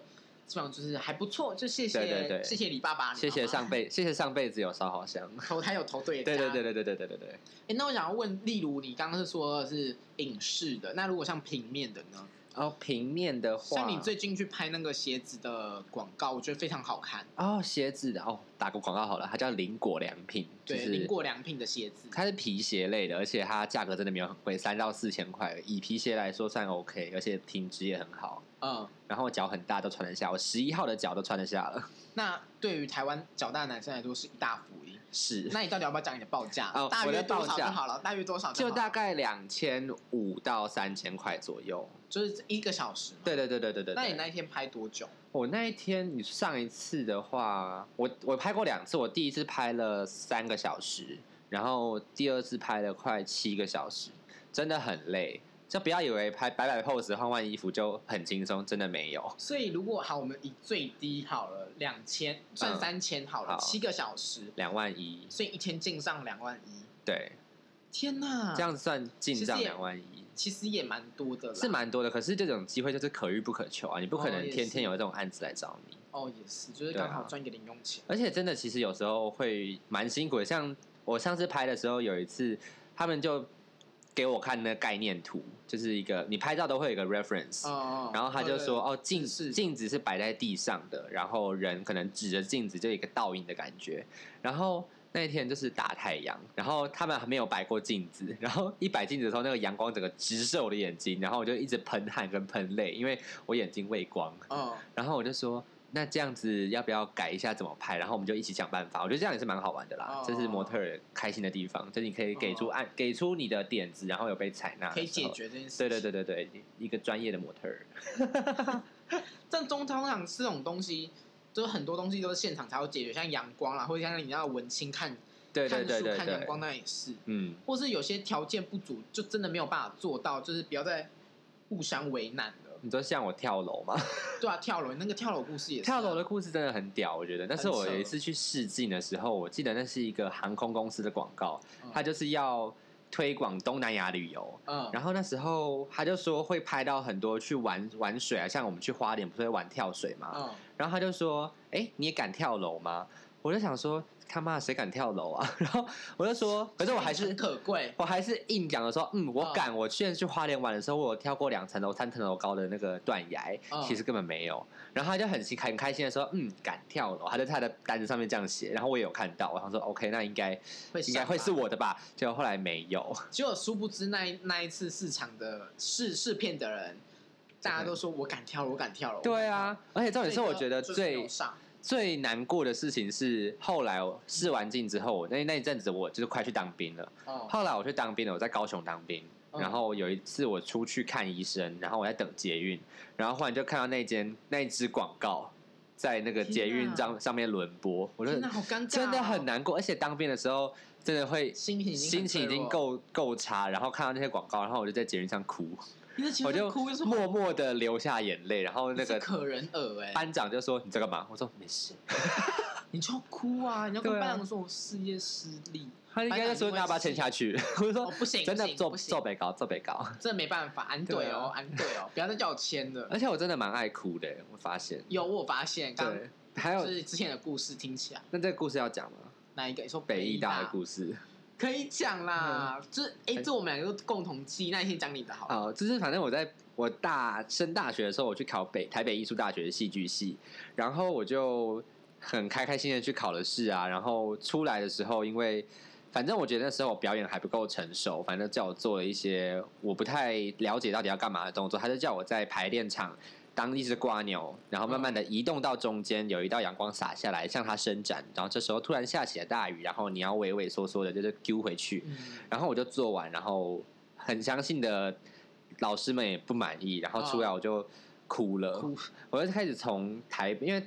基本上就是还不错，就谢对对谢对谢谢李爸爸，你谢谢妈妈上辈谢谢上辈子有烧好香。投胎有投对的 对啊家，对对对对对对对对。哎，那我想要问，例如你刚刚是说的是影视的，那如果像平面的呢？哦，平面的话，像你最近去拍那个鞋子的广告，我觉得非常好看。哦，鞋子的哦，打个广告好了，它叫林果良品，就对，是林果良品的鞋子，它是皮鞋类的，而且它价格真的没有很贵，三到四千块而已，以皮鞋来说算 OK，而且品质也很好。嗯，然后我脚很大，都穿得下，我十一号的脚都穿得下了。那对于台湾较大的男生来说是一大福音。是，那你到底要不要讲你的报价？哦大我约的多报少就价好了，大约多少就好大概两千五到三千块左右。就是一个小时嘛。对对对对对对。那你对那一天拍多久？我那一天，你上一次的话，我我拍过两次，我第一次拍了三个小时，然后第二次拍了快七个小时，真的很累。就不要以为拍摆摆 pose 换换衣服就很轻松，真的没有。所以如果好，我们以最低好了，两千算嗯三千好了，好七个小时，两万一，所以一天进账两万一。对，天哪，这样算嗯进其实账也两万一。其实也蛮多的啦。是蛮多的，可是这种机会就是可遇不可求啊！你不可哦能也天是天有这种案子来找你，哦，也是，就是对啊刚好赚一个零用钱。而且真的其实有时候会蛮辛苦的。像我上次拍的时候，有一次他们就给我看那概念图，就是一个你拍照都会有一个 reference，、哦，然后他就说哦，哦镜是镜子是摆在地上的，然后人可能指着镜子就有一个倒影的感觉，然后。那一天就是大太阳，然后他们还没有摆过镜子，然后一摆镜子的时候，那个阳光整个直射我的眼睛，然后我就一直喷汗跟喷泪，因为我眼睛畏光。对哦，然后我就说，那这样子要不要改一下怎么拍？然后我们就一起想办法。我觉得这样也是蛮好玩的啦，哦这是模特儿开心的地方，就是你可以给出案，给出你的点子，然后有被采纳，可以解。决这件事情。对对对对对，一个专业的模特儿，但中通常这种东西，就是很多东西都是现场才会解决，像阳光啊啦，或者像你那个文青看对对看对书对看阳对，光，那也是。嗯，或是有些条件不足，就真的没有办法做到，就是不要再互相为难了。你说像我跳楼 吗？对啊，跳楼那个跳楼故事也是、啊跳楼的，故事真的很屌，我觉得。但是我有一次去试镜的时候，我记得那是一个航空公司的广告，哦它就是要推广东南亚旅游，嗯，然后那时候他就说会拍到很多去玩玩水啊，像我们去花莲不是会玩跳水嘛？嗯，然后他就说：“哎，你也敢跳楼吗？”我就想说，他妈的谁敢跳楼啊？ 然后我就说，可是我还是很可贵。我还是硬讲的说，嗯，我嗯敢。我之前去花莲玩的时候，我有跳过两层楼、三层楼高的那个断崖，嗯其实根本没有。然后他就很心很开心的说，嗯，敢跳楼，他在他的单子上面这样写。然后我也有看到，我想说，OK，那应该会应该上会吧是我的吧？结果后来没有， 结果殊不知那一那一次市场的试试片的人，大家都说我敢跳了，我敢跳了。我敢嗯对跳啊了，，而且重点是，我这个觉得就是最、没有上最难过的事情是，后来我试完镜之后，我那那一阵子我就是快去当兵了。哦，后来我去当兵了，我在高雄当兵。嗯然后有一次我出去看医生，然后我在等捷运，然后忽然就看到那间那一支广告在那个捷天运哪上上面轮播，我就天哪，好尴尬哦，真的很难过。而且当兵的时候真的会心情已经心情已经很脆弱，够够差，然后看到那些广告，然后我就在捷运上哭，你的情我绪就哭又是默默的流下眼泪。然后那你是个可人耳哎，班长就说：“你在干嘛？”我说：“没事。”你就要哭啊！你要跟对啊班长说我事业失利，他应该就说：“那把钱下去。” 我就哦说不行，：“真的不行做不行做北高，做北高。 这没办法，安对对哦啊，安对哦，不要再叫我签”了。 而且我真的蛮爱哭的，我发现。有我发现，刚对，还有就是之前的故事听起来，那这个故事要讲吗？哪一个？你说北医医大的故事嗯可以讲啦，就是哎、这我们两个都共同记忆，那你先讲你的好了。啊，就是反正我在我大升大学的时候，我去考北台北艺术大学的戏剧系，然后我就很开开心的去考了试啊，然后出来的时候，因为反正我觉得那时候我表演还不够成熟，反正叫我做了一些我不太了解到底要干嘛的动作，他就叫我在排练场。当一只瓜牛，然后慢慢的哦移动到中间，有一道阳光洒下来，向它伸展。然后这时候突然下起了大雨，然后你要畏畏缩缩的，就是丢回去。嗯，然后我就做完，然后很相信的老师们也不满意，然后出来我就哭了，啊哭我就开始从台北，因为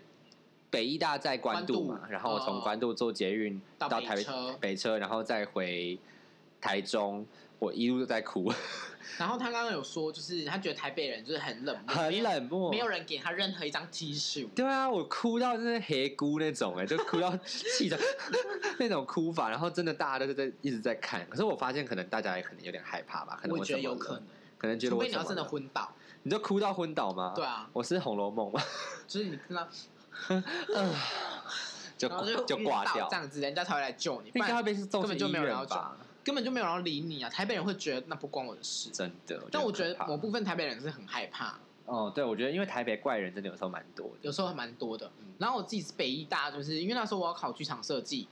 北医大在关渡嘛关，渡啊然后我从关渡坐捷运到到北台北车北车，然后再回台中，我一路都在哭，然后他刚刚有说，就是他觉得台北人就是很冷漠，嗯 没很有，冷漠，没有人给他任何一张 T 恤。对啊，我哭到就是黑姑那种哎、就哭到气的 那种哭法，然后真的大家都是在一直在看，可是我发现可能大家也可能有点害怕吧，可能我觉得怎么有可了能，可能觉得除我非你要怎么真的了昏倒。你就哭到昏倒吗？对，啊，我是《红楼梦》嘛，就是你看到， 就然后就就挂晕倒掉这，样子，人家才会来救你，不应该然会被送根去本就医没有人要院救吧？根本就没有人要理你啊。台北人会觉得那不关我的事。真的，但我觉很得可怕某部分台北人是很害怕，哦，对，我觉得因为台北怪人真的有时候蛮多的，有时候还蛮多的嗯。然后我自己是北医大，就是因为那时候我要考剧场设计，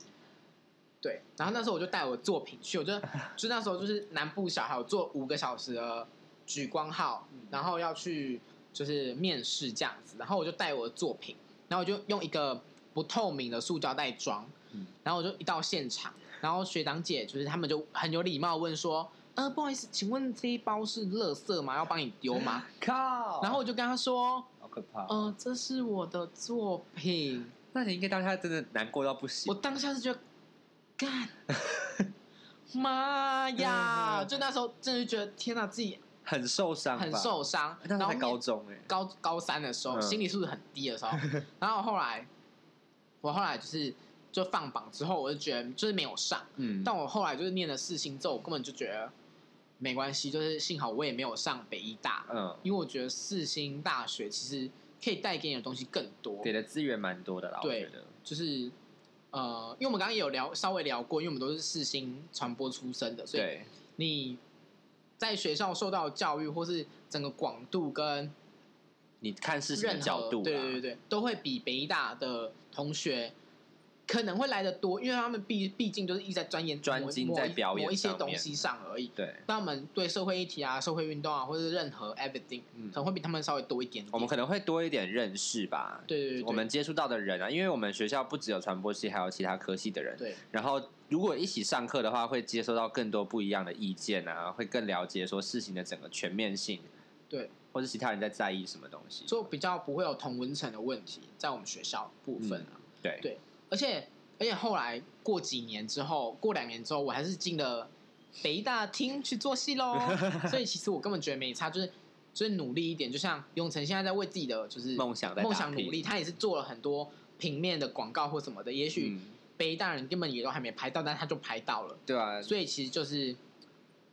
对，然后那时候我就带我的作品去，我 就就那时候就是南部小孩我做五个小时的举光号嗯，然后要去就是面试这样子，然后我就带我的作品，然后我就用一个不透明的塑胶袋装，嗯然后我就一到现场，然后学长姐就是他们就很有礼貌地问说。呃，不好意思，请问这一包是垃圾吗？要帮你丢吗？靠然后我就跟他说，好可怕。嗯、这是我的作品。那你应该当下真的难过到不行我，当下是觉得，干，妈嗯呀！就那时候真的觉得，天哪，自己很受伤，很。受伤。那然时后候才高面中哎，高高三的时候，嗯心理素质很低的时候， 然后后来，我后来就是就放榜之后，我就觉得就是没有上。嗯，但我后来就是念了四星之后，我根本就觉得没关系，就是幸好我也没有上北医大，嗯，因为我觉得四星大学其实可以带给你的东西更多。给的资源蛮多的啦，我对觉得。就是呃，因为我们刚刚也有聊稍微聊过，因为我们都是世新传播出身的，所以对，你在学校受到的教育，或是整个广度跟你看事情任的何角度啦，对对对对，都会比北医大的同学。可能会来的多，因为他们毕毕竟就是一直在钻研专精某在某一表演某一些上东面西上而已。对那我们对社会议题啊、社会运动啊，或者任何 everything，、嗯可能会比他们稍微多一点点。我们可能会多一点认识吧。对对对对，我们接触到的人啊，因为我们学校不只有传播系，还有其他科系的人。对然后如果一起上课的话，会接收到更多不一样的意见啊，会更了解说事情的整个全面性，对，或是其他人在在意什么东西。就比较不会有同文层的问题，在我们学校部分啊。对对而且而且后来过几年之后，过两年之后，我还是进了北医大厅去做戏 喽。所以其实我根本觉得没差，就是就是努力一点。就像永成现在在为自己的就是梦想在打梦拼想努力，他也是做了很多平面的广告或什么的。也许嗯，北医大人根本也都还没拍到，但他就拍到了。对啊，所以其实就是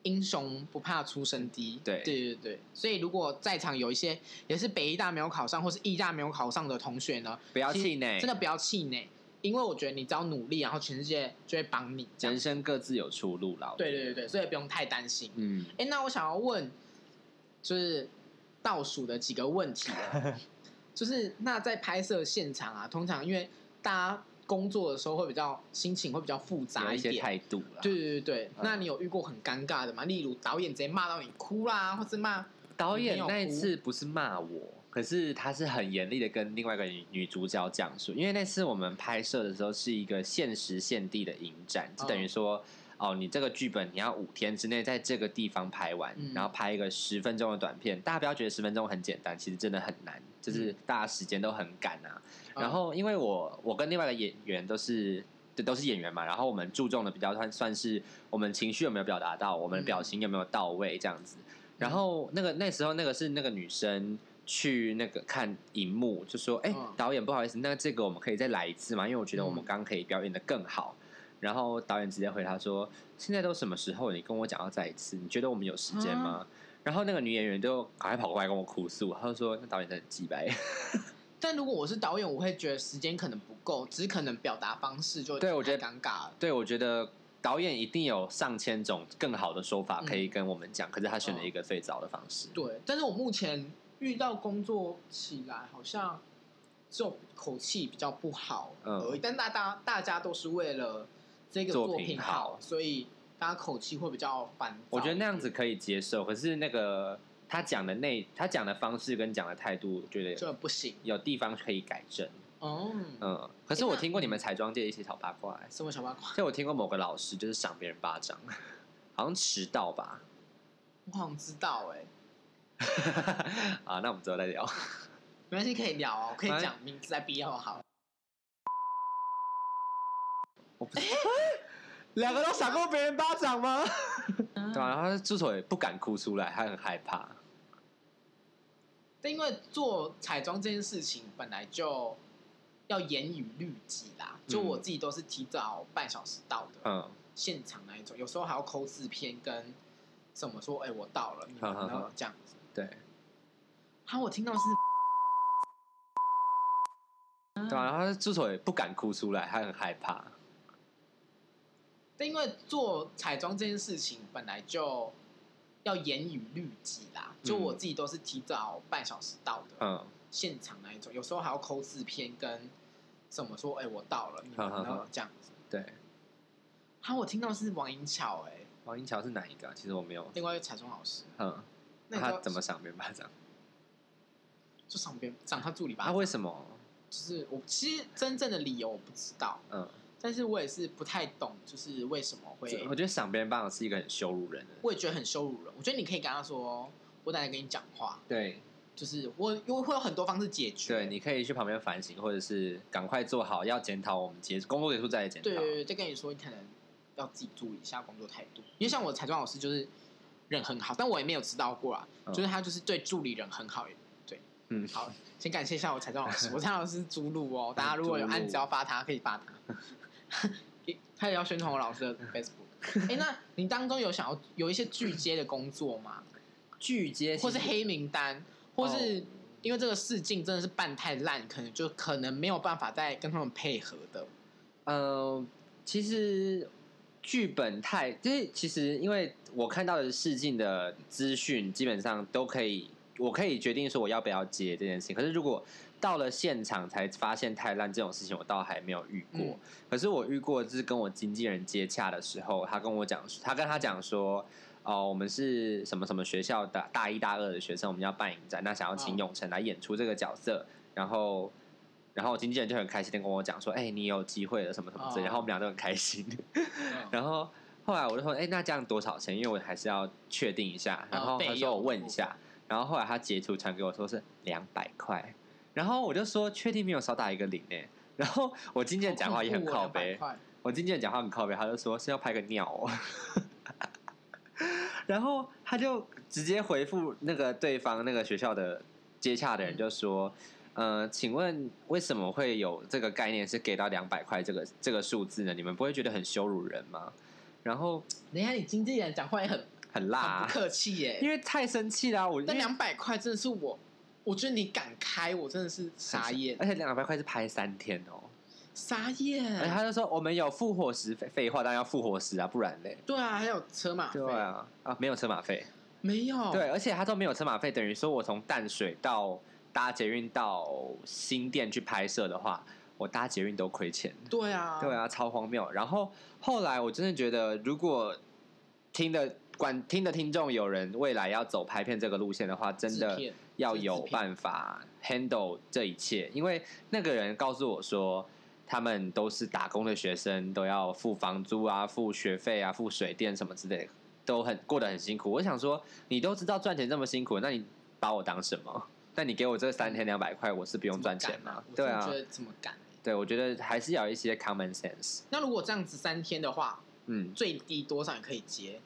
英雄不怕出身低，对对对对。所以如果在场有一些也是北医大没有考上，或是艺大没有考上的同学呢，不要其实气馁真的不要气馁，因为我觉得你只要努力，然后全世界就会帮你。这样人生各自有出路啦。我对觉得对对对，所以不用太担心。嗯，哎、那我想要问，就是倒数的几个问题 了就是那在拍摄现场啊，通常因为大家工作的时候会比较心情会比较复杂有一些点。态度啦。对对对对，嗯那你有遇过很尴尬的吗？例如导演直接骂到你哭啦，或是骂导演那一次不是骂我，可是他是很严厉的跟另外一个女女主角讲述，因为那次我们拍摄的时候是一个限时限地的影展，就等于说。哦，你这个剧本你要五天之内在这个地方拍完，嗯然后拍一个十分钟的短片。大家不要觉得十分钟很简单，其实真的很难，就是大家时间都很赶啊。呃然后因为我我跟另外一个演员都是对都是演员嘛，然后我们注重的比较算算是我们情绪有没有表达到，我嗯们表情有没有到位这样子。然后那个那时候那个是那个女生去那个看荧幕，就说：“哎、嗯导演不好意思，那这个我们可以再来一次嘛？因为我觉得我们嗯刚刚可以表演的更好。”然后导演直接回他说：“现在都什么时候？你跟我讲要再一次，你觉得我们有时间啊吗？”然后那个女演员就赶快跑过来跟我哭诉，她就说：“那导演真的很鸡掰。”但如果我是导演，我会觉得时间可能不够，只是可能表达方式就对我觉得太尴尬了。对，我觉得导演一定有上千种更好的说法可以跟我们讲，可是他选了一个最早的方式。对，但是我目前遇到工作起来好像只有口气比较不好嗯而已，但大家大家都是为了这个作作品品好好，所以大家口气会比较烦躁。我觉得那样子可以接受，可是那个他讲的那他讲的方式跟讲的态度，我觉得这不行。有地方可以改正。哦、嗯，可是诶我那听过你们彩妆界一些小八卦、欸，什么小八卦？像我听过某个老师就是赏别人巴掌，好像迟到吧。 我好像知道哎、啊，那我们之后再聊。没关系，可以聊啊，我可以哎讲名字在毕业后好了。我不 两个都赏过别人巴掌吗？对啊，然后他之所以不敢哭出来，他很害怕。但因为做彩妆这件事情本来就要严以律己啦，就我自己都是提早半小时到的，嗯，现场那一种，有时候还要抠字片跟什么说，哎、我到了，你们好好呢好这样子。嗯对。好，我听到是，对啊，然后他之所以不敢哭出来，他很害怕。但因为做彩妆这件事情本来就要严以律己啦，就我自己都是提早半小时到的，嗯，现场那一种，有时候还要抠字片跟什么说，哎、我到了，你们好好呢好这样子。对。好，我听到是王银巧、哎，王英桥是哪一个啊、其实我没有。另外一个彩妆老师，嗯，那你那知道他怎么赏别人巴掌？就上边长他助理吧？他为什么？就是我其实真正的理由我不知道，嗯，但是我也是不太懂，就是为什么会，这我觉得赏别人巴掌是一个很羞辱人的。我也觉得很羞辱人。我觉得你可以跟他说，我等下跟你讲话，对就是我因为会有很多方式解决。对，你可以去旁边反省，或者是赶快做好要检讨我们结工作结束再来检讨对。对对，再跟你说，你可能要自己注意一下工作态度。因为像我彩妆老师就是人很好，但我也没有知道过啊，嗯就是他就是对助理人很好。对，嗯好，先感谢一下我彩妆老 师，我彩妆老师是朱露哦，大家如果有朱露案子要发他，可以发他。他也要宣传我老师 的 Facebook。哎、那你当中有想要有一些拒接的工作吗？拒接或是哎其实黑名单，或是哦因为这个试镜真的是办太烂，可能就可能没有办法再跟他们配合的。呃，其实剧本太，就是其实因为我看到的试镜的资讯，基本上都可以，我可以决定说我要不要接这件事情。可是如果到了现场才发现太烂这种事情，我倒还没有遇过。嗯可是我遇过，就是跟我经纪人接洽的时候，他跟我讲，他跟他讲说。哦，我们是什么什么学校的大一大二的学生，我们要办影展，那想要请哦永成来演出这个角色，然后然后经纪人就很开心的跟我讲说，哎、你有机会了，什么什么之类的。哦然后我们俩都很开心。 嗯然后后来我就说，哎、那这样多少钱？因为我还是要确定一下。然后备他哦用说我问一下。然后后来他截图传给我说是两百块，然后我就说确定没有少打一个零呢、然后我经纪人讲话也很靠背，好恐怖哦200块我经纪人讲话很靠背，他就说是要拍个尿、哦， 然后他就直接回复那个对方那个学校的接洽的人，就说。呃，请问为什么会有这个概念是给到两百块这个这个数字呢？你们不会觉得很羞辱人吗？然后等一下，你经纪人讲话也很很辣、很啊不，客气因耶。为太生气啦、我那因为两百块真的是我，我觉得你敢开，我真的是傻眼。而且两百块是拍三天哦，傻而且眼。他就说我们有付伙食费，废话当然要付伙食啊，不然嘞。对啊，还有车马费对啊，啊没有车马费，没有？对，啊而且他都没有车马费，等于说我从淡水到搭捷运到新店去拍摄的话，我搭捷运都亏钱。对啊，对啊，超荒谬。然后后来我真的觉得，如果听的管听的听众有人未来要走拍片这个路线的话，真制的片要制制有片办法 handle 这一切，因为那个人告诉我说。他们都是打工的学生，都要付房租啊、付学费啊、付水电什么之类的，都很过得很辛苦。我想说，你都知道赚钱这么辛苦，那你把我当什么？那你给我这三千两百块，我是不不用赚钱吗嘛？？我真对的啊觉，得怎么敢？欸对，我觉得还是要有一些 common sense。那如果这样子三天的话，嗯，最低多少你可以结？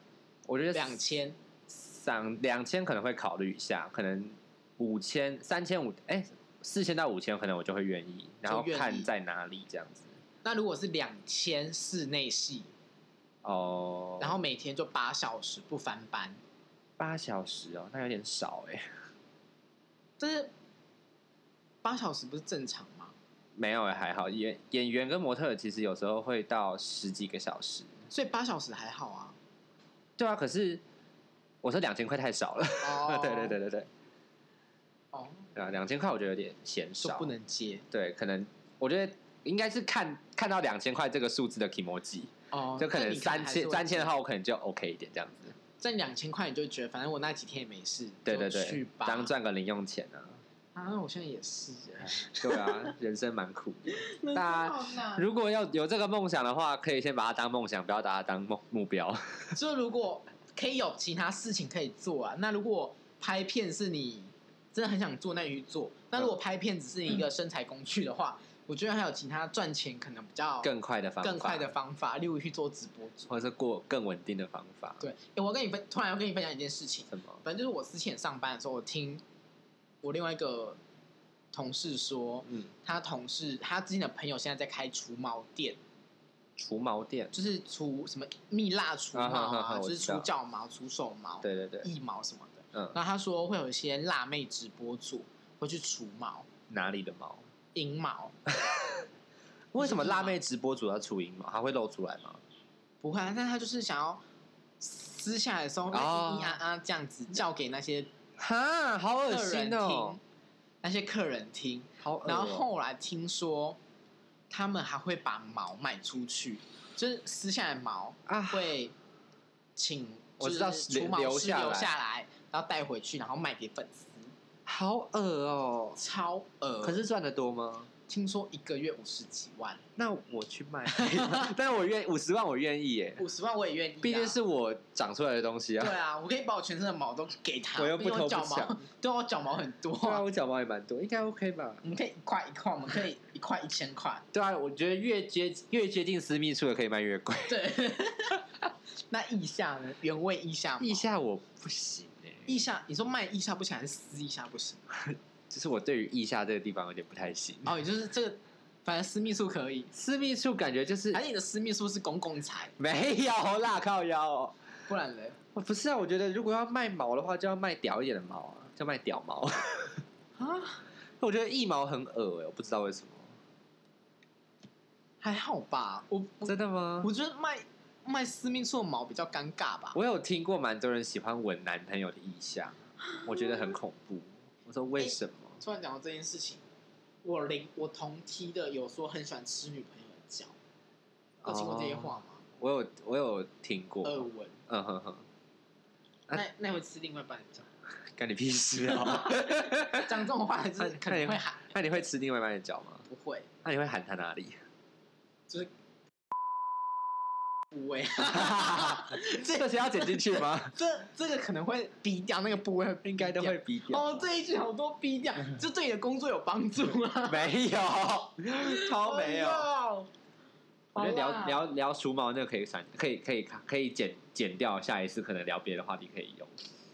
我觉得两千，三两千可能会考虑一下，可能五千、三千五，哎，四千到五千可能我就会愿意，然后就愿意看在哪里这样子。那如果是两千室内戏，哦，然后每天就八小时不翻班，八小时哦，那有点少哎、但是八小时不是正常吗？没有哎、还好演演员跟模特儿其实有时候会到十几个小时。所以八小时还好啊。对啊，可是我说两千块太少了。 哦对对对，对对，哦，对啊，两千块我觉得有点嫌说少，不能接对，可能我觉得应该是看看到两千块这个数字的 i m o j i 哦，就可那能你三还是千会三千接的话，我可能就 OK 一点这样子。挣两千块，你就觉得反正我那几天也没事，对对就去对，吧，当赚个零用 钱啊。啊，我现在也是耶，对啊，人生蛮苦的。大家好难。如果要有这个梦想的话，可以先把它当梦想，不要把它当目目标。就如果可以有其他事情可以做啊，那如果拍片是你真的很想做，那你去做；那如嗯果拍片只是一个身材工具的话，我觉得还有其他赚钱可能比较更快的方法，更快的，方法，例如去做直播主。或者是过更稳定的方法。对，诶我跟你分，突然要跟你分享一件事情，什么？反正就是我之前上班的时候，我听我另外一个同事说，嗯，他同事他之前的朋友现在在开除毛店，除毛店。就是除什么蜜蜡除毛啊哈啊，哈哈就我是知道除脚毛、除手毛、对对对，腋毛什么的。嗯，然后他说会有一些辣妹直播主会去除毛、哪里的毛？银毛，为什么辣妹直播主要除阴毛？它会露出来吗？不会啊，但他就是想要撕下来的时候，会哦咿咿啊啊这样子叫给那些哈，好恶客人心听，哦，那些客人听。好恶哦。然后后来听说他们还会把毛卖出去，就是撕下来的毛啊，会请我就是知道除毛留师下留来下来，然后带回去，然后卖给粉丝，好恶哦。超额。可是赚的多吗？听说一个月五十几万，那我去卖， 但我愿五十万，我愿意耶，五十万我也愿意、啊，毕竟是我长出来的东西对啊。啊，我可以把我全身的毛都给他， 我又毕不竟偷不脚毛抢，对啊我脚毛很多、对啊，我脚毛也蛮多，应该 OK 吧？我们可以一块一块，我们可以一块一千块，对啊，我觉得越接越接近私密处的可以卖越贵，对。 那腋下呢？原味腋下吗，腋下我不行哎，腋下，你说卖腋下不行还是撕腋下不行？就是我对于腋下这个地方有点不太行。哦，也就是这个，反正私密处可以，私密处感觉就是而且你的私密处是公共财，没有啦，靠腰哦。不然嘞，我不是啊，我觉得如果要卖毛的话，就要卖屌一点的毛啊，就卖屌毛。啊，我觉得腋毛很恶哎，我不知道为什么。还好吧？我我真的吗？我觉得卖卖私密处的毛比较尴尬吧。我有听过蛮多人喜欢吻男朋友的意向，我觉得很恐怖。我说为什么？突然讲到这件事情，我邻我同梯的有说很喜欢吃女朋友的脚，有听过这些话吗？我有我有听过，耳闻。嗯哼哼，啊那那会吃另外一半的脚，干你屁事啊！ 讲这种话就是可 能会喊，那你会吃另外一半的脚吗？不会，那你会喊他哪里？ 就是部 位。这些要剪进去吗？这这个可能会逼掉那个部位，应该都会。逼掉。哦，这一句好多逼 掉，这对你的工作有帮助吗？没有，超没有。有。我觉得好啦聊聊聊除毛那个可以删，可以可以可以剪剪掉，下一次可能聊别的话题可以用。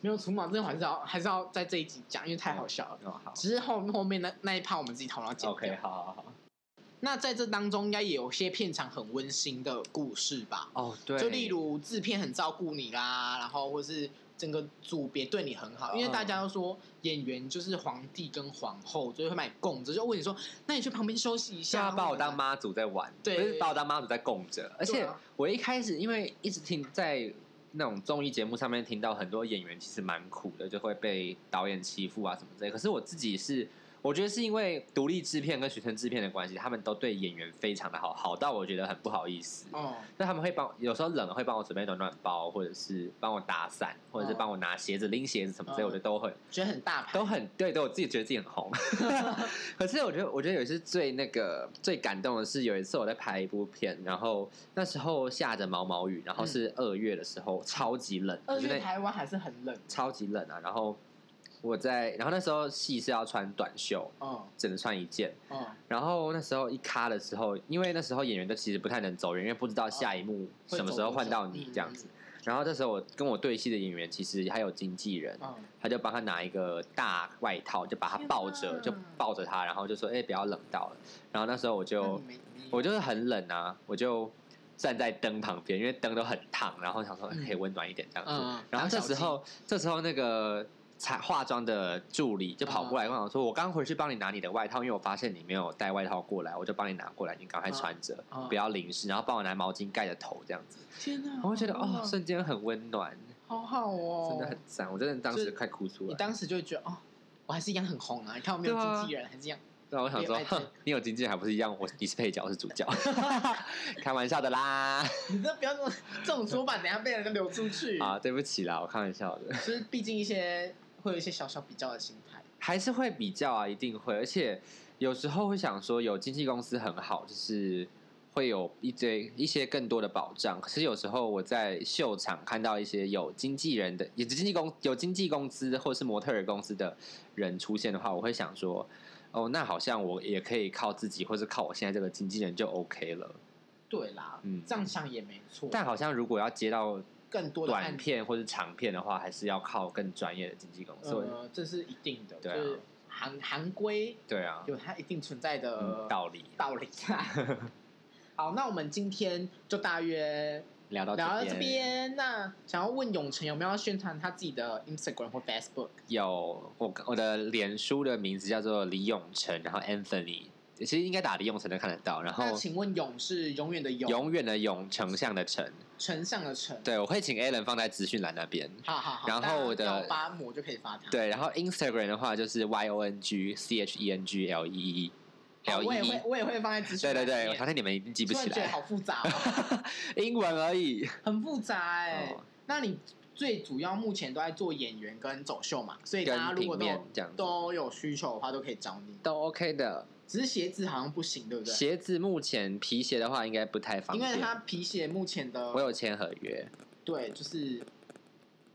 没有除毛，这个还是要还是要在这一集讲，因为太好笑了。哦，好只是后后面那那一趴我们自己头脑剪掉。 ，OK，好好好。那在这当中，应该也有些片场很温馨的故事吧？哦，对，就例如制片很照顾你啦，然后或是整个组别对你很好，因为嗯大家都说演员就是皇帝跟皇后，所以会买供着，就问你说，那你去旁边休息一现下，在把我当妈祖在玩，对啊不是把我当妈祖在供着。而且我一开始因为一直听在那种综艺节目上面听到很多演员其实蛮苦的，就会被导演欺负啊什么之类。可是我自己是。我觉得是因为独立制片跟学生制片的关系，他们都对演员非常的好，好到我觉得很不好意思。哦，那他们会帮，有时候冷了会帮我准备暖暖包，或者是帮我打伞，或者是帮我拿鞋子、拎鞋子什么之类，哦嗯我觉得都会。觉得很大牌，都很对，对我自己觉得自己很 红。可是我觉得，我觉得有一次最那个最感动的是，有一次我在拍一部片，然后那时候下着毛毛雨，然后是二月的时候，超级冷，嗯二就是月那台湾还是很冷，超级冷啊。然后我在，然后那时候戏是要穿短袖，嗯只能穿一件。嗯，然后那时候一卡的时候，因为那时候演员都其实不太能走人，因为不知道下一幕哦会什么时候换到你走嗯这样子。，然后这时候我跟我对戏的演员其实还有经纪人，嗯他就帮他拿一个大外套，就把他抱着，就天哪抱着他，然后就说：“哎、不要冷到了。”然后那时候我就，嗯，我就是很冷啊，我就站在灯旁边，因为灯都很烫，然后想说哎嗯可以温暖一点这样子。嗯嗯然后这时当候，这时候那个彩化妆的助理就跑嗯过来跟我说：“我刚回去帮你拿你的外套，因为我发现你没有带外套过来，我就帮你拿过来，你赶快穿着，嗯嗯不要淋湿。然后帮我拿毛巾盖着头这样子。”天哪，我会觉得好哦，冷瞬间很温暖，好好哦，真的很赞。我真的当就时是快哭出来你。当时就会觉得哦，我还是一样很红啊！你看我没有对啊经纪人，还是一样。那我想说，恋爱之哼，你有经纪人还不是一样？我你是配角，我 是主角，开玩笑的啦。你这不要这种这种说法，等一下被人家流出去 啊，！对不起啦，我开玩笑的，就是毕竟一些会有一些小小比较的心态。还是会比较啊，一定会。而且有时候会想说，有经纪公司很好，就是会有一堆一些更多的保障。可是有时候我在秀场看到一些有经纪人的，也经纪公有经纪公司或是模特儿公司的人出现的话，我会想说，哦，那好像我也可以靠自己，或是靠我现在这个经纪人就 OK 了。对啦，嗯这样想也没错。但好像如果要接到更多的案短片或是长片的话，还是要靠更专业的经纪公司。呃，这是一定的，对啊就是行行规对啊，有它一定存在的嗯，道理。道理在。 好，那我们今天就大约聊到聊到这这边。那想要问永成有没有要宣传他自己的 Instagram 或 Facebook？有我我的脸书的名字叫做李永成，然后 Anthony，其实应该打李永成就看得到。然后那请问永是永远的永，永远的永，丞相的丞。丞相的丞。对，我会请 Alan 放在资讯栏那边。好好好，然后我的大家要发膜就可以发它。对，然后 Instagram 的话就是 Y O N G C H E N G L E E 好， L 哦我 E 也 E 会。我也会放在资讯对栏里对面。对，我相信你们一定记不突然起觉得来，好复杂、 哦，英文而已。很复杂哎、哦那你最主要目前都在做演员跟走秀嘛，所以大家跟如平果面都这样子都有需求的话，都可以找你。都 OK 的。只是鞋子好像不行，对不对？鞋子目前皮鞋的话应该不太方因便，为它皮鞋目前的我有签合约，对，就是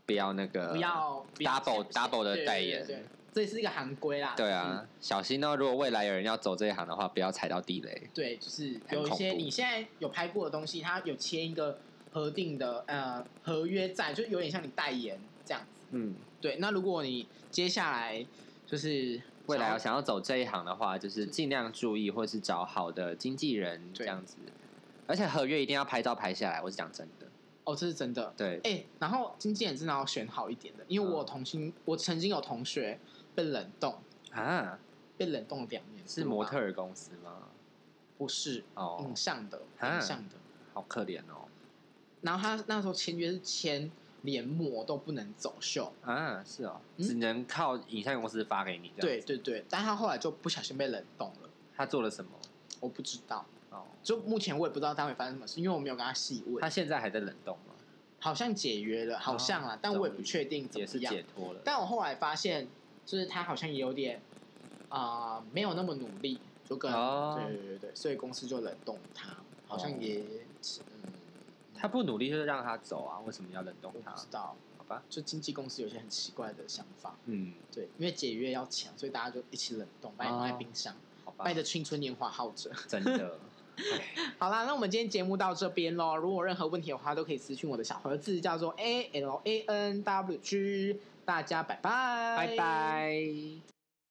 不要那个不要、不要 double- 欠 double 的对对代言对对对这也是一个行规啦。对就是啊，小心哦！如果未来有人要走这一行的话，不要踩到地雷。对，就是很有一恐些怖你现在有拍过的东西，它有签一个核定的呃合约在，就有点像你代言这样子。嗯，对，那如果你接下来就是未来想要要想要走这一行的话，嗯就是尽量注意，或是找好的经纪人对这样子。而且合约一定要拍照拍下来，我是讲真的。哦，这是真的。对，哎、然后经纪人真的要选好一点的，因为我有嗯同心，我曾经有同学被冷冻，啊，被冷冻了两年。是模特？儿公司吗？不是，哦，影像的，啊影像的。好可怜哦。然后他那时候签约是签连模都不能走秀，啊，是哦，嗯只能靠影像公司发给你。这样对，对对，但他后来就不小心被冷冻了，他做了什么？我不知道。哦，就目前我也不知道他会发生什么事，因为我没有跟他细他问。现在还在冷冻吗？好像解约了，好像啦，但我也不确定怎哦也么是样解。脱了。但我后来发现，就是他好像也有点啊、没有那么努力，就跟、哦对对对对，所以公司就冷冻他，好像也、嗯，他不努力就是让他走啊，为什么要冷冻我他不？知道，好吧，就经纪公司有些很奇怪的想法，嗯，对，因为解约要钱，所以大家就一起冷冻，把你放在冰箱，好吧把，你的青春年华耗着。 真的，唉好啦，那我们今天节目到这边喽。如果有任何问题的话，都可以私讯我的小盒子，叫做 A L A N W G。大家拜拜，拜拜。